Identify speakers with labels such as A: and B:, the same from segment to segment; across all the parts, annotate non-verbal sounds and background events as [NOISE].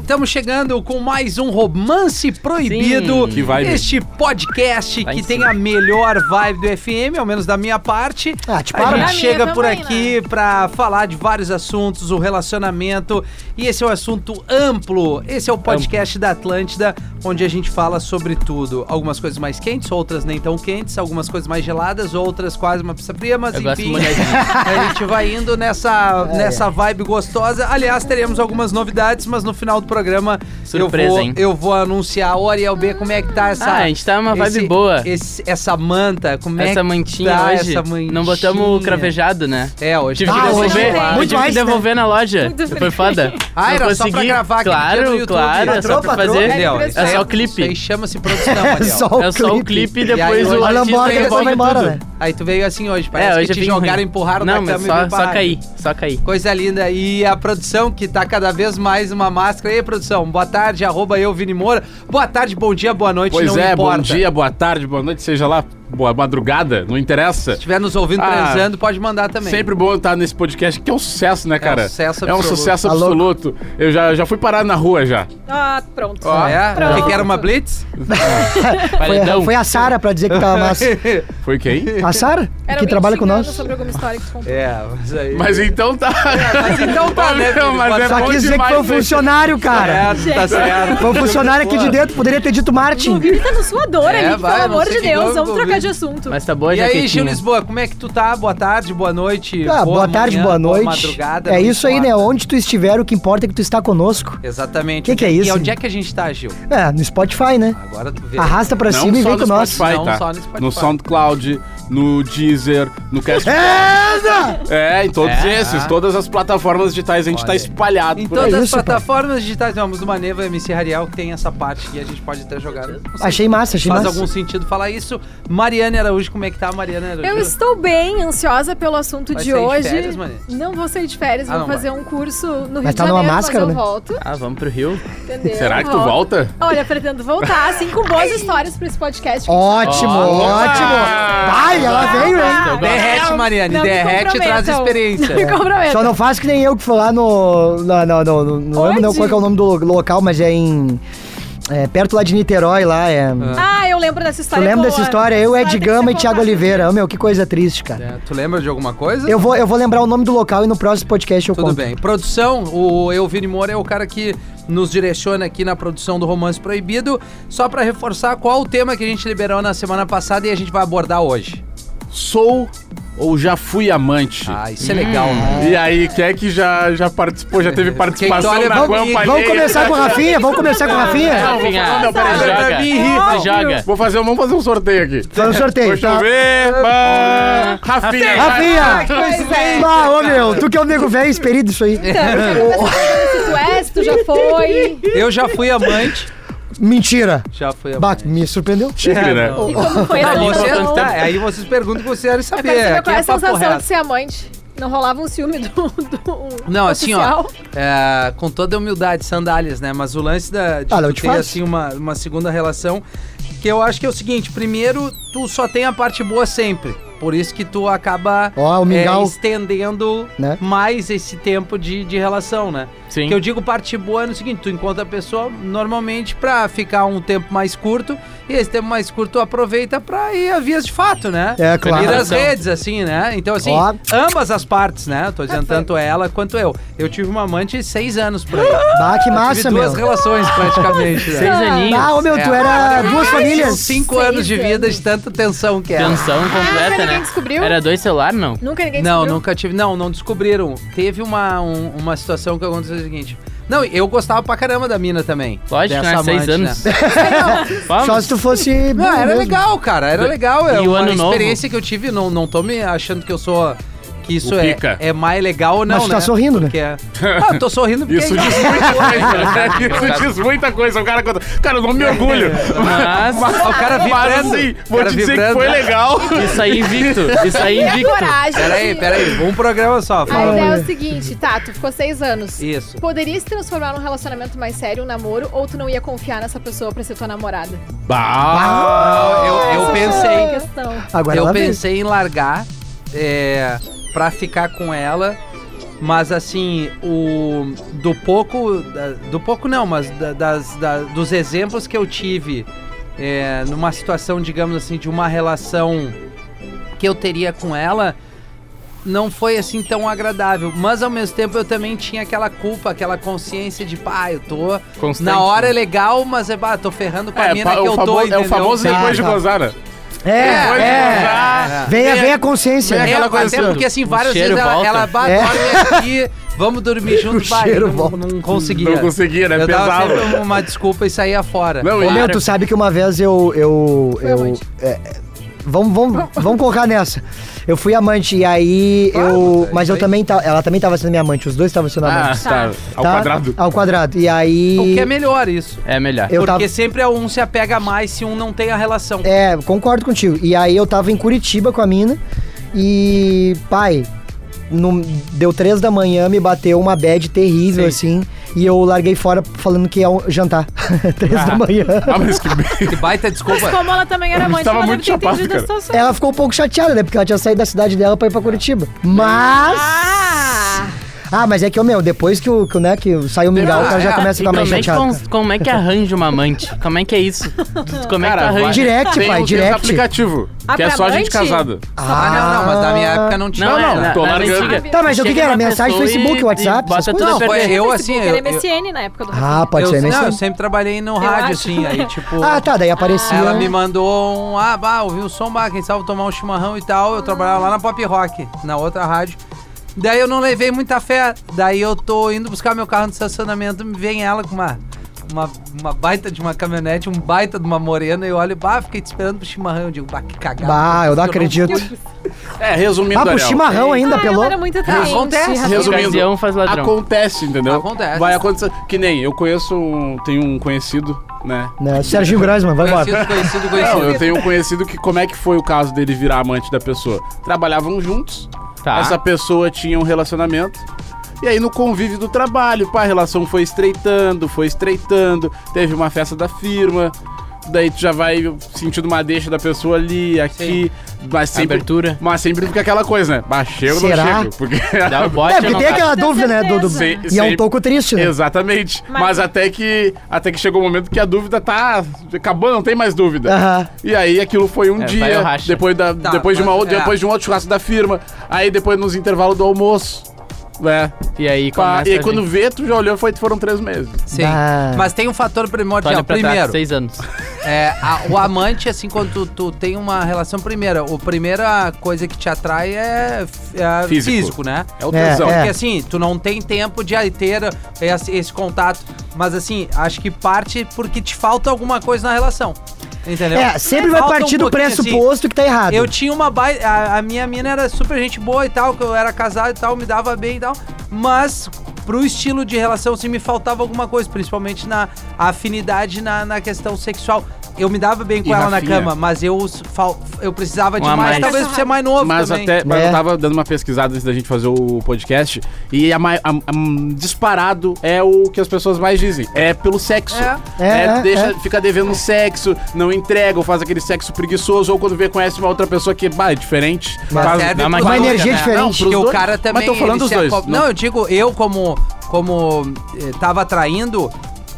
A: Estamos chegando com mais um Romance Proibido.
B: Sim. Que vibe.
A: Este podcast
B: Lá em
A: que tem
B: cima.
A: a melhor vibe do FM, ao menos da minha parte.
C: Ah, te
A: A
C: para.
A: gente
D: minha
A: chega por
D: também,
A: aqui
C: né?
A: pra falar de vários assuntos, o relacionamento, e esse é um assunto amplo. Esse é o podcast da Atlântida, onde a gente fala sobre tudo. Algumas coisas mais quentes, outras nem tão quentes, algumas coisas mais geladas, outras quase uma pizza fria, mas
B: Eu gosto de
A: enfim.
B: molhadinho.
A: A gente vai indo nessa,
B: É.
A: nessa vibe gostosa. Aliás, teremos algumas novidades, mas no final do programa
B: Surpresa,
A: eu, vou,
B: hein?
A: eu vou anunciar. Ô, Ariel B, como é que tá essa.
B: Ah, a gente tá numa vibe
A: esse-
B: boa.
A: esse- essa manta, como é
B: Essa
A: que
B: mantinha
A: tá
B: hoje.
A: essa mantinha?
B: Não botamos o cravejado, né?
A: É, hoje
B: Tive que
C: Ah, hoje
B: devolver,
D: não tem.
B: tive
C: Muito
B: que
C: mais, né?
B: devolver na loja.
D: Muito
B: Foi foda.
A: Ah,
B: Não
A: era só pra
B: consegui.
A: gravar aquele
B: Claro,
A: dia no YouTube.
B: claro, é só
C: Patrou,
B: pra
C: patrou.
B: fazer.
D: Entendeu?
A: Ariel,
D: É
A: isso
B: só
A: aí
B: clipe.
A: Isso aí chama-se produção, Ariel.
B: É [LAUGHS] só o clipe e depois
A: E aí,
B: o
A: olha,
B: artista
C: bora,
B: devolve
C: só vai embora,
B: tudo.
C: né?
A: assim, Aí tu veio assim hoje, parece que
B: é
A: te
B: bem
A: jogaram,
B: ruim.
A: empurraram
B: Não,
A: na
B: mas
A: cama e
B: só,
A: me barraram.
B: só caí, só caí.
A: Coisa linda. E a produção, que tá cada vez mais uma máscara. E aí, produção, boa tarde, arroba eu, Vini Moura. Boa tarde, bom dia, boa noite,
E: Pois
A: não
E: é,
A: importa.
E: bom dia, boa tarde, boa noite, seja lá, boa madrugada, não
A: Se
E: interessa.
A: estiver nos ouvindo
E: Ah,
A: transando, pode mandar também.
E: Sempre bom estar nesse podcast, que é um sucesso, né, cara?
A: sucesso
E: É um
A: absoluto.
E: sucesso
C: Tá louco?
E: absoluto. Eu já, já fui parar na rua já.
D: Ah, pronto.
A: Ó, é?
D: Pronto.
A: Porque que era uma blitz?
B: Paredão.
C: É, Foi, foi a Sara pra dizer que tava
A: [LAUGHS]
C: massa.
A: É,
E: Foi quem?
C: [LAUGHS] A Sara?
D: Era
C: Que
D: alguém
C: trabalha com
D: xingando
C: nós.
D: sobre alguma história que tu contou.
A: é, mas aí...
E: Mas então tá.
A: mas então
E: [LAUGHS]
A: tá, né,
E: Meu,
A: Felipe?
E: mas é
C: Só
E: bom
C: quis dizer que
E: demais,
C: foi um
E: né?
C: funcionário, cara.
A: Certo, tá certo.
C: Foi um funcionário aqui de dentro, poderia ter dito
D: O
C: Martin.
D: Vini tá no suador
A: É,
D: ali, que,
A: vai,
D: pelo
A: não
D: amor
A: sei
D: de
A: que
D: Deus.
A: nome
D: Vamos
A: do
D: trocar
A: Vini.
D: de assunto.
B: Mas tá boa a
A: E aí, Gil
B: jaquetinha.
A: Lisboa, como é que tu tá? Boa tarde, boa noite.
C: Ah, boa tarde,
A: manhã,
C: boa noite.
A: madrugada.
C: é
A: não
C: isso aí, né?
A: importa.
C: Onde tu estiver, o que importa é que tu está conosco.
A: Exatamente.
C: Que que é
A: E
C: isso?
A: onde é que a gente tá, Gil?
C: É, no Spotify, né?
A: Agora tu vê.
C: Arrasta pra
E: Não
C: cima e
E: só
C: vem
E: no
C: com nós.
E: Spotify,
A: Não
E: tá?
A: só no Spotify.
E: No SoundCloud, no Deezer, no Cast.
C: É? Essa!
E: É, em todos
A: É,
E: esses,
A: ah.
E: todas as plataformas digitais a gente
A: Olha
E: tá
A: aí.
E: espalhado
A: Em
E: por aí.
A: todas as
C: isso, pá.
A: plataformas digitais, vamos do Maneva MC Rarial, que tem essa parte que a gente pode até jogar. Não sei
C: Achei massa, achei
A: Faz
C: massa.
A: algum sentido falar isso. Mariane Araújo, como é que tá, Mariane Araújo?
D: Eu estou bem ansiosa pelo assunto
A: Vai
D: de
A: sair de
D: hoje.
A: férias, Maria?
D: não vou sair de férias,
A: Ah,
D: vou
A: não
D: fazer um curso no Rio
C: Mas
D: de
C: tá numa
D: Janeiro,
C: máscara,
D: mas eu
C: né?
D: volto.
B: Ah, vamos pro Rio?
D: Entendeu?
E: Será que tu
D: Volto.
E: volta?
D: Olha, pretendo voltar, assim, com boas histórias pra esse podcast. que
C: Ótimo,
E: Opa!
C: ótimo. Ai, ela veio, hein?
B: Eu gosto.
A: Derrete, Mariane,
D: Não me
A: derrete e traz
D: comprometam.
A: experiência.
D: Me comprometo.
C: Só não faz que nem eu que fui lá no. Não, não, não. Não, não lembro não
D: Onde?
C: qual que é o nome do lo- local, mas é em. é, perto lá de Niterói, lá. É,
D: Ah, eu lembro dessa
C: Tu
D: história.
C: lembra
D: boa.
C: dessa história? Eu,
D: Essa
C: Ed
D: tem que ser
C: Gama e Thiago
D: contada.
C: Oliveira. Ô, meu, que coisa triste, cara.
A: É, tu lembra de alguma coisa?
C: Eu vou, eu vou lembrar o nome do local e no próximo podcast eu
A: Tudo
C: conto.
A: bem. Produção, o Elvini Moura é o cara que nos direciona aqui na produção do Romance Proibido. Só pra reforçar qual o tema que a gente liberou na semana passada e a gente vai abordar hoje.
E: Sou ou já fui amante?
A: Ah, isso é legal, [LAUGHS] né?
E: E aí, quem é que já, já participou, já teve participação
A: olha,
E: na
A: vamos-
E: guampa
C: Vamos
E: alheia?
C: começar com o Rafinha? Vamos começar com o Rafinha?
B: Não, Vinha,
E: Não, peraí,
B: joga.
E: pra mim,
A: um
B: Você joga.
E: Vou fazer, vamos fazer um sorteio aqui.
C: Foi um sorteio.
E: Deixa eu
C: Tá.
E: ver. pá. Rafinha.
C: Rafinha!
D: Pois é.
C: Ah, ô meu, tu que é um nego velho, experido isso aí. [LAUGHS]
D: Se tu és, tu já foi.
A: Eu já fui amante.
C: Mentira.
A: Já fui
C: Bah,
A: amante.
C: me surpreendeu.
E: Tigre, né?
D: E
A: [LAUGHS]
D: como foi
A: Ah,
D: essa
A: você-
D: sensação?
A: tá, aí vocês perguntam o que vocês querem
D: Eu
A: saber.
D: quero saber
A: aqui
D: qual é
A: é
D: a
A: papo
D: sensação
A: reto.
D: de ser amante. Não rolava um ciúme do, do
A: Não, assim,
D: oficial?
A: ó, é, com toda a humildade, sandálias, né? Mas o lance da, de
C: Ah, não,
A: tu
C: te
A: ter,
C: faz.
A: assim, uma, uma segunda relação, que eu acho que é o seguinte, primeiro, tu só tem a parte boa sempre. Por isso que tu acaba é,
C: Ó, o mingau.
A: estendendo
C: Né?
A: mais esse tempo de, de relação, né?
B: Sim.
A: Que eu digo parte boa é no seguinte, tu encontra a pessoa normalmente pra ficar um tempo mais curto, e esse tempo mais curto tu aproveita pra ir a vias de fato, né?
C: É, claro.
A: E das
B: Então.
A: redes, assim, né? Então, assim,
C: Ó.
A: ambas as partes, né? Tô dizendo tanto ela quanto eu. Eu tive uma amante seis anos por aí.
C: Bah, que massa,
A: tive duas
C: meu.
A: relações praticamente, né?
B: Seis aninhos.
C: Ah, ô meu, tu
A: É,
C: era
A: agora-
C: duas
A: Tinha
C: famílias.
A: cinco
D: Seis
A: anos de vida de tanta tensão que era.
B: Tensão
D: Ah,
B: completa,
D: ninguém
B: né?
D: descobriu?
B: Era dois celular, não?
D: Nunca ninguém
A: Não,
D: descobriu?
A: nunca tive. Não, não descobriram. Teve uma, um- uma situação que aconteceu o seguinte. Não, eu gostava pra caramba da mina também.
B: Lógico,
A: dessa
B: né? Seis
A: amante,
B: anos.
A: né?
B: Vamos.
C: Só se tu fosse.
A: Não, era
C: mesmo.
A: legal, cara. Era legal. É
B: E o
A: uma
B: ano novo?
A: experiência que eu tive. Não, não tô me achando que eu sou. que isso
E: O
A: é,
E: pica.
A: é mais legal ou não,
C: Mas tu tá
A: né?
C: sorrindo, né?
A: Porque é- Ah, eu tô sorrindo porque...
E: Isso diz muita coisa. né? Isso diz muita coisa. O cara conta. Cara, eu não me orgulho.
A: [LAUGHS]
B: Mas
A: o cara
E: Mas
A: vibrando.
E: assim,
A: O
E: vou
A: cara
E: te dizer que
A: vibrando.
E: foi legal.
B: isso aí invicto. Isso aí
D: E a
B: invicto.
D: coragem.
A: Peraí,
D: assim,
A: peraí. Um programa só.
D: A
A: Fala.
D: ideia é o seguinte, tá, tu ficou seis anos.
A: Isso.
D: Poderia se transformar num relacionamento mais sério, um namoro, ou tu não ia confiar nessa pessoa pra ser tua namorada?
A: Ah, eu, eu
D: Essa é a
A: pensei...
D: questão.
C: Agora
A: eu
C: ela vem.
A: pensei em largar é, pra ficar com ela, mas assim, o do pouco, da- do pouco não, mas da- das, da- dos exemplos que eu tive é, numa situação, digamos assim, de uma relação que eu teria com ela, não foi assim tão agradável. Mas ao mesmo tempo eu também tinha aquela culpa, aquela consciência de, pá, eu tô.
B: Constante.
A: Na hora é legal, mas é, bah, tô ferrando com a mina
E: pa-
A: que eu
E: famo-
A: tô.
E: né?" é o
A: entendeu?
E: famoso
C: Tá,
E: depois de
C: tá.
E: gozar, né? Depois de
C: É, é.
E: gozar.
C: Vem, a-
E: Vem a-
C: vem a consciência.
E: vem
C: né?
E: aquela
A: É,
E: coisa
A: até
E: assim,
A: porque assim, várias
B: cheiro
A: vezes ela,
B: volta.
A: ela bate,
C: É.
A: aqui, vamos dormir
C: [LAUGHS]
A: junto, vai.
C: cheiro
A: eu não,
C: volta. é
A: não conseguia.
E: Não conseguia, né?
A: Eu dava
E: Pesava.
A: sempre uma desculpa e saía fora.
E: Não,
C: Ô,
E: e-
C: meu, tu sabe que uma vez eu. eu,
D: Foi
C: eu
D: amante.
C: é, é, vamos, vamos, vamos colocar nessa. Eu fui amante e aí
A: Claro,
C: eu.
A: é
C: Mas
A: isso
C: eu
A: aí.
C: também tava. Ela também tava sendo minha amante, os dois estavam sendo
E: Ah,
C: amantes.
E: tá. Ao
C: tá?
E: quadrado.
C: Ao quadrado. E
A: O
C: aí.
A: que é melhor isso.
B: É melhor.
A: porque
C: Eu tava-
A: sempre um se apega mais se um não tem a relação.
C: É, concordo contigo. E aí eu tava em Curitiba com a mina e. pai. num- deu três da manhã, me bateu uma bad terrível, assim, e eu larguei fora falando que ia um- jantar. [LAUGHS] Três da
A: [LAUGHS]
C: manhã.
E: Ah, mas que bem.
A: Que baita desculpa.
F: Mas como ela também era
E: Eu
F: amante,
E: tava
F: ela
E: muito
F: deve ter
E: chapado,
F: entendido a
E: cara.
F: situação.
C: Ela ficou um pouco chateada, né? Porque ela tinha saído da cidade dela pra ir pra Curitiba. Mas. Ah, mas é que, ô, meu, depois que o, que, o, né, que saiu o mingau, o cara já começa a
B: E
C: ficar
B: como,
C: tá mais
B: é que,
C: chateado.
B: cons- como é que arranja uma amante? Como é que é isso? Tu- Como é que tu
E: Cara, vai.
A: né?
B: arranja?
C: Direct,
E: Tem
C: pai,
E: um
C: direct.
E: aplicativo,
F: Ah,
E: que é
F: pra
E: só gente
F: amante?
E: casada.
A: Ah, não, não, mas na minha época não tinha. né?
B: Não,
E: não,
B: é, na-
E: tô
B: na
E: largando.
B: antiga.
C: Tá, mas o que que era?
B: Chega pra
C: Mensagem
B: pessoa
C: Facebook,
B: e-
C: WhatsApp,
B: e Bota
C: essas
B: tudo é
C: coisas?
A: Não,
B: a
A: foi
B: perder.
A: eu
F: Facebook,
A: assim.
F: era
A: Eu, eu,
F: MSN na época do
C: Ah, pode
A: eu-
C: ser, né?
A: não, eu sempre trabalhei no rádio,
F: acho.
A: assim, aí tipo.
C: Ah, tá, daí aparecia.
A: Ela me mandou um. Ah, bah, ouvi o som, bah, quem sabe tomar um chimarrão e tal. Eu trabalhava lá na Pop Rock, na outra rádio. Daí eu não levei muita fé. Daí eu tô indo buscar meu carro no estacionamento, me vem ela com uma. Uma, uma baita de uma caminhonete, um baita de uma morena, e eu olho, bah, fiquei te esperando pro chimarrão. Eu digo, bah, que cagada.
C: Bah, eu não
A: Porque
C: acredito.
E: É, resumindo,
C: Ah, pro
E: Ariel,
C: chimarrão ainda,
F: Ah,
C: pelou.
F: ela era muito atraente.
A: Acontece.
F: Rafa.
E: Resumindo,
B: Ocasião faz ladrão.
E: acontece, entendeu?
A: Acontece.
E: Vai acontecer. Que nem, eu conheço um... Tem um conhecido, né?
C: Né, Serginho Grossman, vai embora.
A: Conhecido, conhecido, conhecido.
E: Não, eu tenho um conhecido que como é que foi o caso dele virar amante da pessoa? Trabalhavam juntos,
B: Tá.
E: essa pessoa tinha um relacionamento. E aí no convívio do trabalho, pá, a relação foi estreitando, foi estreitando, teve uma festa da firma, daí tu já vai sentindo uma deixa da pessoa ali, aqui, mas sempre.
B: Abertura.
E: Mas sempre fica aquela coisa, né? Baixei ou não
C: Será?
E: chego?
C: [LAUGHS]
E: Porque.
B: Dá o bote,
C: É, porque
B: não
C: tem
B: dá.
C: aquela
F: Com
C: dúvida, né? Do, do-
F: certeza.
C: E é um
E: Sei-
C: toco triste, né?
E: Exatamente. Mas,
F: Mas-
E: até que até que chegou o momento que a dúvida tá. Acabou, não tem mais dúvida.
C: Aham.
E: E aí aquilo foi um
B: É, vai o
E: dia,
B: racha.
E: depois, da,
A: Tá,
E: depois, de uma,
A: mas-
E: outra-
A: é.
E: depois de um outro churrasco da firma, aí depois nos intervalos do almoço, né?
B: E aí,
E: Pá,
B: começa
E: e
B: a
E: aí quando
B: gente-
E: vê, tu já olhou, foi, foram três meses.
A: Sim.
C: Bah.
A: Mas tem um fator
B: Tu olha
A: primordial.
B: pra trás,
A: Primeiro,
B: seis anos.
A: É, a- o amante, assim, quando tu, tu tem uma relação, primeira, a primeira coisa que te atrai é, f- é
E: Físico.
A: físico. né?
E: É o
C: É,
E: tesão.
C: é.
A: Porque assim, tu não tem tempo de aí ter esse, esse contato. Mas assim, acho que parte porque te falta alguma coisa na relação. Entendeu?
C: É, sempre vai
A: Falta um
C: partir do
A: pouquinho, assim,
C: pressuposto que tá errado.
A: eu tinha uma baita. A, a minha mina era super gente boa e tal, que eu era casado e tal, me dava bem e tal. Mas pro estilo de relação, assim, me faltava alguma coisa, principalmente na afinidade na, na questão sexual. Eu me dava bem com
E: E
A: ela
E: Rafinha?
A: na cama, mas eu, s- fal- eu precisava de
B: Uma
A: mais,
B: mais.
A: talvez por ser mais novo
E: Mas
A: também.
E: até. Mas
C: É.
E: eu tava dando uma pesquisada antes da gente fazer o podcast. E a, mai- a- a- disparado é o que as pessoas mais dizem. É pelo sexo.
A: É.
C: É,
E: tu
C: é,
E: deixa,
C: é.
E: Fica devendo sexo, não entrega, ou faz aquele sexo preguiçoso, ou quando vê, conhece uma outra pessoa que bah, é diferente.
C: Mas é
E: faz,
A: serve
E: dá
B: uma
E: aquela-
C: energia
E: Não,
C: diferente.
E: pros
A: Porque o
E: dois.
A: cara também.
E: Mas tô falando
A: ele
E: dos
A: se
E: dois.
A: acop- Não, eu digo, eu como, como eh, tava traindo,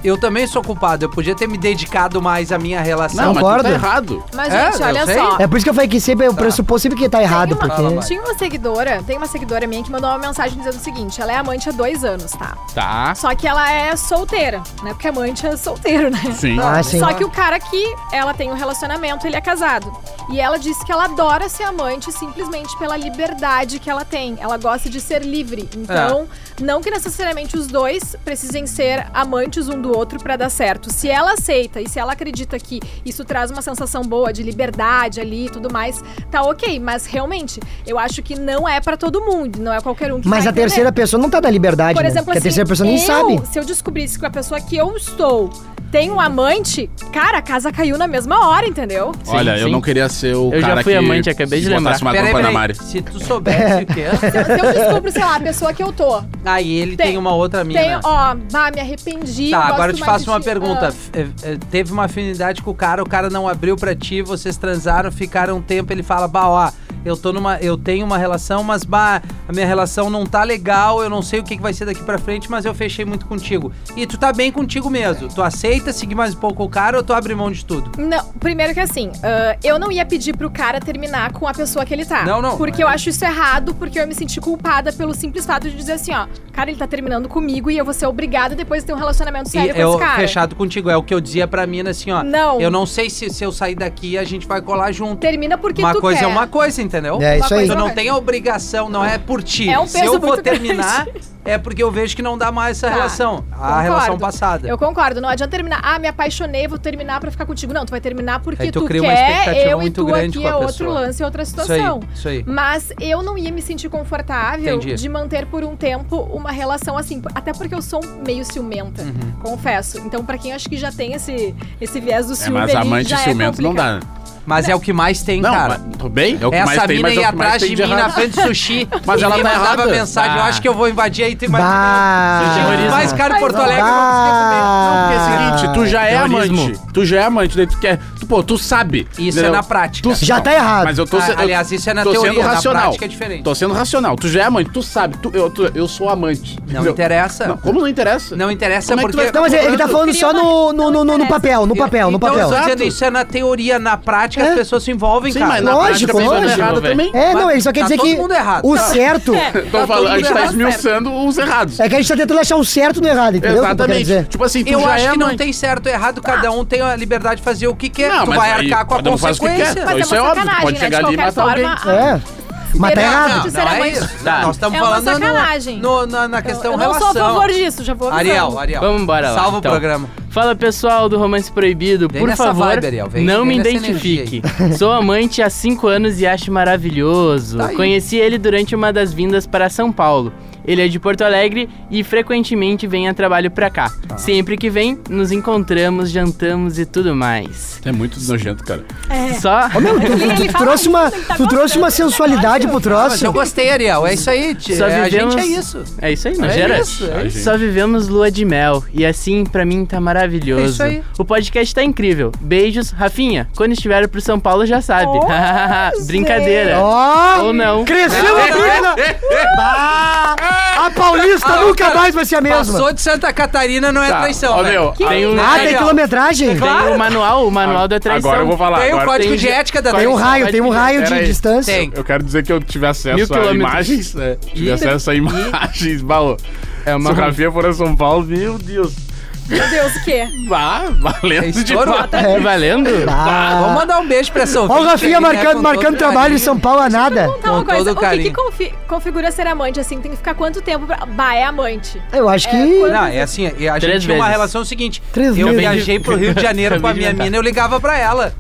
A: eu também sou culpado. Eu podia ter me dedicado mais à minha relação.
E: Não, mas tu
C: Concordo.
E: tá errado.
D: Mas,
A: É,
D: gente,
A: eu
D: olha
A: sei.
D: só.
C: É por isso que eu falei que sempre é o pressuposto sempre que tá errado,
D: Tem uma-
C: porque.
A: Fala, vai.
D: Tinha uma seguidora, tem uma seguidora minha que mandou uma mensagem dizendo o seguinte: ela é amante há dois anos, tá?
E: Tá.
D: Só que ela é solteira, né? Porque amante é solteiro, né?
E: Sim.
C: Ah, sim.
D: Só que o cara que ela tem um relacionamento, ele é casado. E ela disse que ela adora ser amante simplesmente pela liberdade que ela tem. Ela
C: É.
D: gosta de ser livre. Então, não que necessariamente os dois precisem ser amantes um do do outro pra dar certo. Se ela aceita e se ela acredita que isso traz uma sensação boa de liberdade ali e tudo mais, tá ok. Mas realmente, eu acho que não é pra todo mundo, não é qualquer um que
C: Mas
D: vai
C: a terceira
D: entender.
C: pessoa não tá da liberdade,
D: Por
C: né?
D: exemplo,
C: Porque a
D: assim,
C: terceira pessoa nem
D: eu,
C: sabe.
D: Se eu descobrisse que a pessoa que eu estou tem um amante, cara, a casa caiu na mesma hora, entendeu?
B: Sim,
E: Olha, eu
B: sim.
E: não queria ser o
B: Eu já
E: cara
B: fui
E: que
B: amante, acabei de lembrar.
E: botasse uma
A: Peraí,
E: tampa na
A: peraí.
E: Mari.
A: Se tu soubesse o que é,
D: [LAUGHS] Se eu, se eu descubro, sei lá, a pessoa que
A: [LAUGHS]
D: eu tô.
A: aí ele tem,
D: Tem.
A: uma outra mina.
D: Tem, ó, bah, me arrependi.
A: Tá,
D: gosto
A: agora eu te
D: mais
A: faço
D: de
A: uma
D: ti.
A: pergunta.
D: Ah.
A: F- é, é, Teve uma afinidade com o cara, o cara não abriu pra ti, vocês transaram, ficaram um tempo, ele fala, bah, ó, eu tô numa. Eu tenho uma relação, mas bah, a minha relação não tá legal, eu não sei o que, que vai ser daqui pra frente, mas eu fechei muito contigo. E tu tá bem contigo mesmo. Tu aceita seguir mais um pouco o cara ou tu abre mão de tudo?
D: Não, primeiro que assim, ah, eu não ia pedir pro cara terminar com a pessoa que ele tá.
A: Não, não,
D: Porque
A: é.
D: eu acho isso errado, porque eu me senti culpada pelo simples fato de dizer assim, ó, cara, ele tá terminando comigo e eu vou ser obrigada depois de ter um relacionamento sério
A: e eu
D: com esse cara.
A: fechado contigo. É o que eu dizia pra mina assim, ó.
D: Não.
A: Eu não sei se, se eu sair daqui a gente vai colar junto.
D: Termina porque
A: uma
D: tu
A: coisa
D: quer.
A: é uma coisa, entendeu?
C: É isso aí.
A: Tu
D: coisa-
A: não tem a obrigação, não é por ti.
D: É um
A: Se
D: peso
A: eu vou
D: muito grande.
A: terminar, é porque eu vejo que não dá mais essa
D: Tá,
A: relação. A
D: concordo.
A: relação passada.
D: Eu concordo, não adianta terminar. Ah, me apaixonei, vou terminar pra ficar contigo. Não, tu vai terminar porque
A: Aí tu
D: tu,
A: cria uma
D: quer,
A: expectativa
D: eu
A: muito
D: e tu
A: grande
D: aqui
A: com a
D: é outro
A: pessoa.
D: lance, é outra
A: Isso aí,
D: situação.
A: isso aí.
D: Mas eu não ia me sentir confortável
A: Entendi.
D: de manter por um tempo uma relação assim. Até porque eu sou meio ciumenta,
A: Uhum.
D: confesso. Então, pra quem acho que já tem esse, esse viés do
E: É,
D: ciúme,
E: mas
D: ali,
E: amante
D: já
E: e ciumento
D: é
E: não dá. né?
A: Mas é o que mais tem,
E: Não,
A: cara.
E: mas, tudo bem? É o que mais
A: Essa
E: tem,
A: mina
E: mas é
A: ia
E: o que mais
A: atrás
E: tem
A: de
E: de
A: mim na
E: errado.
A: frente do sushi.
E: [LAUGHS] Mas ela
A: e
E: tá
A: mandava
E: errada.
A: mensagem, eu
B: Bah.
A: acho que eu vou invadir aí, tu imagina.
C: Bah.
A: Sushi mais caro em Porto Alegre, eu vou
E: Não, porque
A: assim,
E: é o seguinte, tu já é
B: Terrorismo.
E: amante. Tu já é amante, daí tu quer. Tu, pô, tu sabe.
A: Isso é na prática.
E: Tu-
C: Já tá errado.
E: Mas eu tô.
A: Ah,
E: se- eu
A: aliás, isso é na
E: tô
A: teoria,
E: sendo
A: na
E: racional.
A: prática é diferente.
E: Tô sendo racional. Tu já é amante, tu sabe. Tu, eu, tu- eu sou amante.
A: Não
E: Eu-
A: interessa.
E: Não,
A: Não,
E: como não interessa?
A: interessa
E: Como é que tu
A: porque...
E: vai-
C: Não, mas ele tá falando só no, no, no, no- no papel, no papel, no
A: então,
C: papel.
A: Eu tô dizendo,
E: Exato.
A: isso é na teoria, na prática
C: É.
A: as pessoas se envolvem,
E: Sim,
A: cara.
E: mas na
C: Lógico,
E: prática a pessoa tá
B: lógico,
E: errada
B: velho.
E: também.
C: É, não, ele só quer
A: Tá
C: dizer
A: todo
C: que
A: mundo errado.
C: o
A: Tá.
C: certo é.
E: Tô falando, a gente tá esmiuçando os errados.
C: que a gente tá tentando achar o certo no errado, entendeu? o que eu tô querendo
E: Exatamente.
C: dizer?
E: Tipo assim, tu
A: Eu
E: já
A: acho
E: é
A: que não
E: amante.
A: tem certo ou errado, cada um tem a liberdade de fazer o que quer.
E: Não,
A: tu
E: mas
A: vai
E: aí
A: arcar com a
E: cada um faz o que
A: consequência.
E: quer.
C: Tá
D: Mas
E: Isso
D: é
E: é
D: uma
E: óbvio,
D: sacanagem,
E: pode
D: né?
E: chegar
D: De
E: ali e
D: qualquer
E: matar alguém.
D: forma, a-
C: É. Mas tá
D: Será?
C: errado.
D: Não, não é isso.
B: Tá.
A: Nós estamos
D: É uma
A: falando no-
D: sacanagem.
A: no- na, na
D: Eu,
A: questão é
D: eu não
A: relação.
D: sou a favor disso, já vou avisando.
A: Ariel, Ariel.
B: Vamos embora lá.
A: Salva
B: então.
A: o programa.
B: Fala pessoal do Romance Proibido,
A: Vem
B: por
A: nessa
B: favor,
A: vibe, Ariel, vem-
B: não
A: vem
B: me
A: nessa
B: identifique.
A: [LAUGHS]
B: Sou amante há 5 anos e acho maravilhoso.
A: Tá aí.
B: Conheci ele durante uma das vindas para São Paulo. Ele é de Porto Alegre e frequentemente vem a trabalho pra cá.
A: Tá.
B: Sempre que vem, nos encontramos, jantamos e tudo mais.
E: É muito nojento, cara.
B: Só
C: Ô, meu, tu, tu- tu
D: Ele fala
C: trouxe uma,
D: isso, ele tá
C: tu trouxe uma sensualidade pro
A: Mas
C: troço.
A: eu gostei, Ariel. É isso aí. tia.
B: Só
A: É, a
B: vivemos-
A: gente é isso.
B: [LAUGHS] É isso aí, não
A: É
B: gera?
A: isso, é
E: Ah, isso. gente.
B: Só vivemos lua de mel. E assim, pra mim, tá maravilhoso.
A: É isso aí.
B: O podcast tá incrível. Beijos, Rafinha. Quando estiver pro São Paulo, já sabe. [LAUGHS] Brincadeira.
C: Ó!
B: Ou não.
C: Cresceu a dúvida! Bah, A Paulista
A: Ah,
C: nunca
A: cara,
C: mais vai ser a mesma.
A: Passou de Santa Catarina, não é
E: Tá.
A: traição.
E: Ó,
A: velho.
E: meu,
B: Tem um,
C: Ah, tem
A: Ariel.
C: quilometragem?
B: tem
D: Ah!
B: o manual, o manual da traição.
E: Agora eu vou falar.
A: Tem o
E: agora-
A: código
B: tem
A: de
B: ge-
A: ética da
C: Tem um
A: traição.
C: raio, tem um raio
E: Pera
C: de
E: aí.
C: distância.
A: Tem.
E: Eu quero dizer que eu tive
B: Mil
E: acesso a
B: quilômetros.
E: imagens, né? Tive
B: Ih.
E: acesso a imagens, balou.
B: É
E: Se
B: uma
E: o Rafinha for a São Paulo, meu Deus.
D: Meu Deus, o quê?
E: Bah, valendo de
A: Estourou.
B: É valendo?
C: Ah.
A: Vamos mandar um beijo pra essa
C: Ó o
A: ouvinte
C: Rafinha
A: aí, né,
C: marcando,
A: com
C: marcando
A: todo
C: trabalho em
A: carinho.
C: São Paulo a nada.
D: Então, uma
A: Com todo
D: coisa, o que que,
A: carinho.
D: confi- configura ser amante, assim? Tem que ficar quanto tempo pra... Bah, é amante.
C: Eu acho que.
A: Não, é assim, a gente
B: Três
A: tinha uma
B: vezes.
A: relação seguinte.
C: Três
A: eu
C: vezes.
A: viajei pro Rio de Janeiro com
E: [LAUGHS]
A: a
B: Acabei de
A: minha
E: tá.
B: inventar.
A: mina, eu ligava pra ela.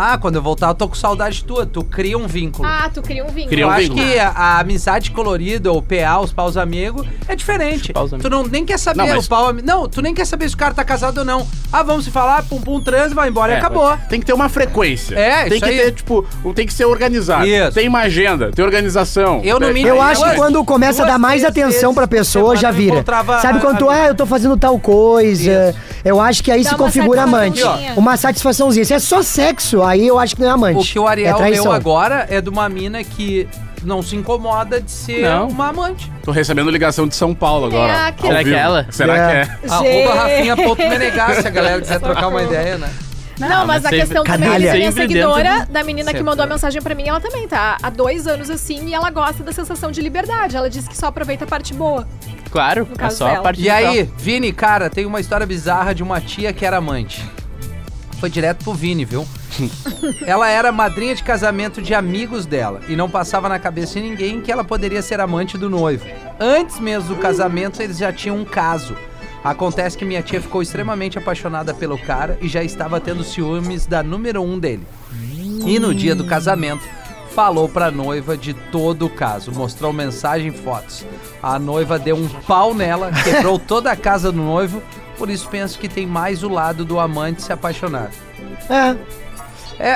A: Ah, quando eu voltar, eu tô com saudade tua. Tu cria um vínculo.
D: Ah, tu cria um vínculo.
E: Cria
A: eu
E: um
A: acho
E: vínculo.
A: que a, a amizade colorida, ou PA, os paus amigos, é diferente.
B: Chupar os
A: Tu
B: amigos.
A: não, nem quer saber
E: Não, mas-
A: o pau amigo. Não, tu nem quer saber se o cara tá casado ou não. Ah, vamos se falar, pum pum, trans, vai embora
E: É,
A: e acabou.
E: Tem que ter uma frequência.
A: É,
E: Tem
A: isso
E: que
A: aí.
E: ter, tipo, um- tem que ser organizado.
A: Isso.
E: Tem uma agenda, tem organização. É,
A: Eu, no
E: Tem-
A: mínimo,
C: Eu acho que
A: Duas-
C: quando começa a dar
A: duas,
C: mais
A: três
C: atenção
A: vezes
C: pra pessoa,
A: por
C: já
A: semana eu
C: vira.
A: encontrava
C: Sabe
A: a-
C: quando tu,
A: a-
C: ah, eu tô fazendo tal coisa.
A: Isso.
C: Eu acho que aí
D: Dá
C: se
D: uma
C: configura amante.
D: satisfaçãozinha.
C: Uma satisfaçãozinha. Se é só sexo, aí eu acho que não é amante.
A: O que o
C: é
A: Ariel
C: traição.
A: deu agora é de uma mina que não se incomoda de ser
B: Não.
A: uma amante.
E: Tô recebendo ligação de São Paulo agora.
D: É,
E: ó,
D: aquele-
E: ao
B: Será que
E: vivo.
B: é ela?
E: Será
C: É.
E: que é?
A: Ah, Arroba Rafinha.menegar, se a galera quiser trocar uma ideia, né?
D: Não,
B: Não,
D: mas
B: mas
D: a
B: sempre-
D: questão também
C: Canalha.
D: da minha
B: Sempre
D: seguidora,
B: dentro
D: da menina que
B: Sempre.
D: mandou a mensagem pra mim, ela também tá há dois anos assim e ela gosta da sensação de liberdade. Ela disse que só aproveita a parte boa.
B: Claro, é
D: caso
B: só a
D: dela.
B: parte
A: E
B: de
A: aí, Vini, cara, tem uma história bizarra de uma tia que era amante. Foi direto pro Vini, viu? ela era madrinha de casamento de amigos dela e não passava na cabeça de ninguém que ela poderia ser amante do noivo. Antes mesmo do casamento, eles já tinham um caso. Acontece que minha tia ficou extremamente apaixonada pelo cara e já estava tendo ciúmes da número um dele. E no dia do casamento, falou pra noiva de todo o caso, mostrou mensagem e fotos. A noiva deu um pau nela,
C: [LAUGHS]
A: quebrou toda a casa do noivo, por isso penso que tem mais o lado do amante se apaixonar.
C: É,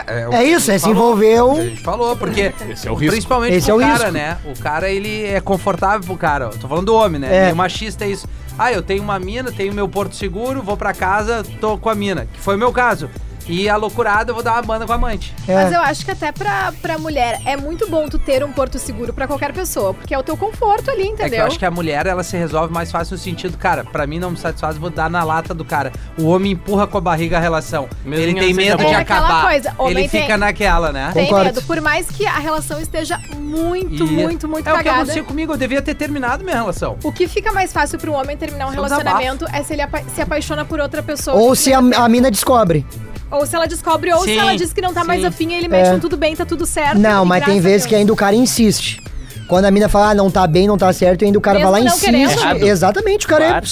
A: É, o
C: é
A: que
C: isso,
A: a
C: é
A: gente
C: se
A: falou. A
C: envolveu.
A: gente falou, porque
E: Esse é o risco.
A: principalmente
C: [LAUGHS] Esse
A: pro
C: é o
A: cara,
C: risco.
A: né? O cara, ele é confortável pro cara. Eu tô falando do homem, né?
C: É.
A: E o machista é isso. Ah, eu tenho uma mina, tenho meu porto seguro, vou pra casa, tô com a mina. Que foi o meu caso. E a loucurada, eu vou dar uma banda com a amante.
D: Mas
C: É.
D: eu acho que até pra, pra mulher é muito bom tu ter um porto seguro pra qualquer pessoa, porque é o teu conforto ali,
A: É que eu
D: entendeu?
A: acho que a mulher, ela se resolve mais fácil no sentido, cara, pra mim não me satisfaz, vou dar na lata do cara. O homem empurra com a barriga a relação.
B: Mesmo
A: ele
B: que
A: tem
B: não seja
A: medo
B: bom.
A: de
D: É aquela
A: acabar.
D: coisa, homem
A: Ele
D: tem-
A: fica naquela, né?
D: Tem
C: Concordo.
D: medo, por mais que a relação esteja muito,
A: E-
D: muito, muito
A: É o que
D: cagada.
A: aconteceu comigo, eu devia ter terminado minha relação.
D: O que fica mais fácil pra um homem terminar um
A: Isso é um
D: relacionamento é se ele apa- se apaixona por outra pessoa.
C: Ou se a, a mina descobre.
D: Ou se ela descobre, ou se
A: Sim,
D: ela diz que não tá mais
B: sim.
D: afim, ele mexe
C: É.
D: um tudo bem, tá tudo certo.
C: Não,
D: e
C: mas tem
D: graças a
C: vezes
D: Deus.
C: que ainda o cara insiste. Quando a mina fala, ah, não tá bem, não tá certo, e ainda o cara
D: Mesmo
C: vai lá e
D: não querendo.
C: insiste.
B: Errado.
C: Exatamente, o cara
B: Claro.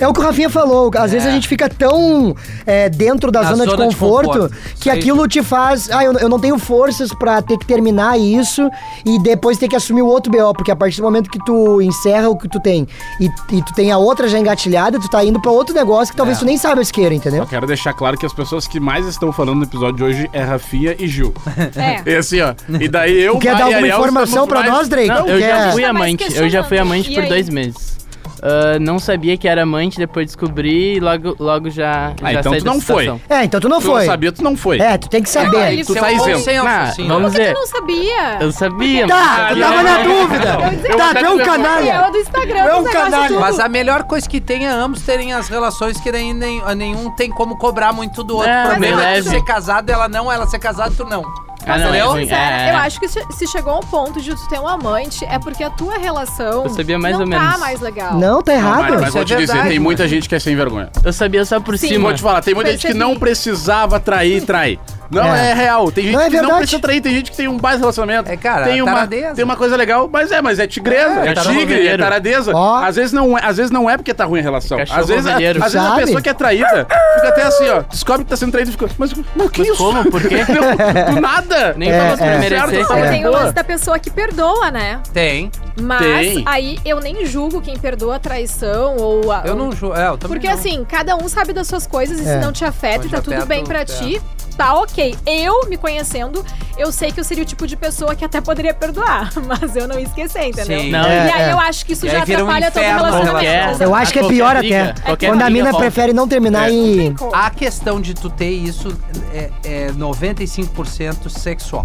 C: é. É o que o Rafinha falou. Às vezes a gente fica tão é, dentro da
A: Na
C: zona, de,
A: zona de
C: conforto,
A: conforto.
C: que
A: Isso aí.
C: aquilo te faz. Ah, eu, eu não tenho forças pra ter que terminar isso e depois ter que assumir o outro BO. Porque a partir do momento que tu encerra o que tu tem e, e tu tem a outra já engatilhada, tu tá indo pra outro negócio que talvez tu nem saiba se queira,
E: Só
C: entendeu?
E: quero deixar claro que as pessoas que mais estão falando no episódio de hoje é Rafinha e Gil.
D: É.
C: [LAUGHS]
E: E assim, ó. E daí eu.
C: Tu quer
E: Mari
C: dar
E: e
C: alguma
E: Ariel
C: informação
E: estamos
C: pra
E: mais-
C: nós, Drake?
B: Não,
C: Tu
B: então. eu já
C: quer?
B: fui
D: Tá mais
B: amante. Eu já fui
D: questionando.
B: amante
D: E
B: por
D: aí?
B: dois meses. Ah, não sabia que era amante, depois descobri e logo, logo já,
E: Ah,
B: já
E: então
B: saí
E: tu
B: da
E: não foi.
B: situação.
C: É, então tu não
E: Tu não
C: foi.
E: sabia, tu não foi.
C: É, tu tem que saber.
D: Ah, ele
E: Tu
D: foi.
E: tá
D: Mas
E: isento.
A: Sem
B: Ah,
A: assim, né?
B: vamos
D: Por que
B: dizer,
D: tu não sabia?
B: eu sabia.
C: Tá,
B: mas
C: tu
B: eu
C: tava
B: sabia.
C: na dúvida.
D: Eu
C: Tá, tu é um
E: vou-
D: E
C: canalha.
D: ela do
C: Meu
D: Instagram, dos negócios
C: canalho.
D: É um tudo.
A: Mas a melhor coisa que tem é ambos terem as relações que nem, nem- nenhum tem como cobrar muito do outro.
B: É,
A: o problema
D: bem
A: é tu
D: leve.
A: ser casado, ela não, ela ser casado, tu não.
B: Ah, não, é
A: Entendeu?
B: ruim.
D: Sincera,
B: É.
D: eu acho que se se chegou ao ponto de tu ter um amante, é porque a tua relação
B: Eu sabia mais
D: não
B: ou
D: tá
B: menos.
D: mais legal.
C: Não, tá
E: Não,
C: errado.
E: Mari, mas
A: Isso
E: vou
A: é
E: te dizer,
A: verdade,
E: tem muita
A: mano.
E: gente que é sem vergonha.
B: Eu sabia só por
D: Sim.
E: E
B: cima.
E: vou te falar, tem muita gente que
D: Percebi.
E: não precisava trair, trair. Não
C: É.
E: é, real. Tem gente
C: Não, é
E: que não
C: verdade.
E: precisa trair, tem gente que tem um baita relacionamento.
A: É, cara,
E: tem uma,
A: taradeza.
E: tem uma coisa legal, mas é, mas é tigresa,
B: É,
E: é,
B: é cachorro
E: tigre, é
B: ovelheiro.
E: taradeza.
C: Ó.
E: Às, vezes não é, às vezes não é porque tá ruim a relação.
B: É cachorro
E: às vezes, a,
B: ovelheiro.
E: às vezes a
C: Sabe?
E: pessoa que é traída fica até assim, ó, descobre que tá sendo traída e fica, mas, mas que é
B: Mas
E: isso?
B: como? Por quê?
D: [LAUGHS]
E: Não, do nada.
B: Nem
C: É,
B: falou sobre
C: é.
B: merecer.
D: Mas
C: É.
D: tem o lance da pessoa que perdoa, né?
A: Tem.
D: Mas
E: Tem.
D: aí eu nem julgo quem perdoa a traição ou a,
A: Eu não ju- é, eu também
D: Porque
A: não.
D: assim, cada um sabe das suas coisas e se
C: É.
D: não te afeta e
A: Não
D: tá
A: te
D: tudo
A: afeta,
D: bem pra
A: é.
D: ti, tá ok. Eu, me conhecendo, eu sei que eu seria o tipo de pessoa que até poderia perdoar, [LAUGHS] mas eu não ia esquecer, entendeu?
A: Sim.
B: Não,
D: E
C: É,
D: aí
C: é.
D: eu acho que isso
A: E aí
D: já
A: vira um
D: atrapalha todo o
A: inferno a
D: relacionamento.
A: relação.
D: Exato.
C: Eu acho que é
B: Qualquer
C: pior
B: briga,
C: até.
B: qualquer
C: Quando a
B: briga
C: mina
B: volta.
C: prefere não terminar
E: É.
C: e.
A: A questão de tu ter isso é, é 95% sexual.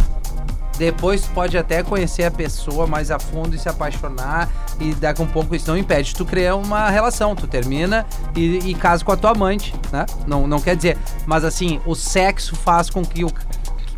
A: Depois tu pode até conhecer a pessoa mais a fundo e se apaixonar. E daqui a um pouco isso não impede tu criar uma relação. Tu termina e, e casa com a tua amante, né? Não, não quer dizer. Mas assim, o sexo faz com que o.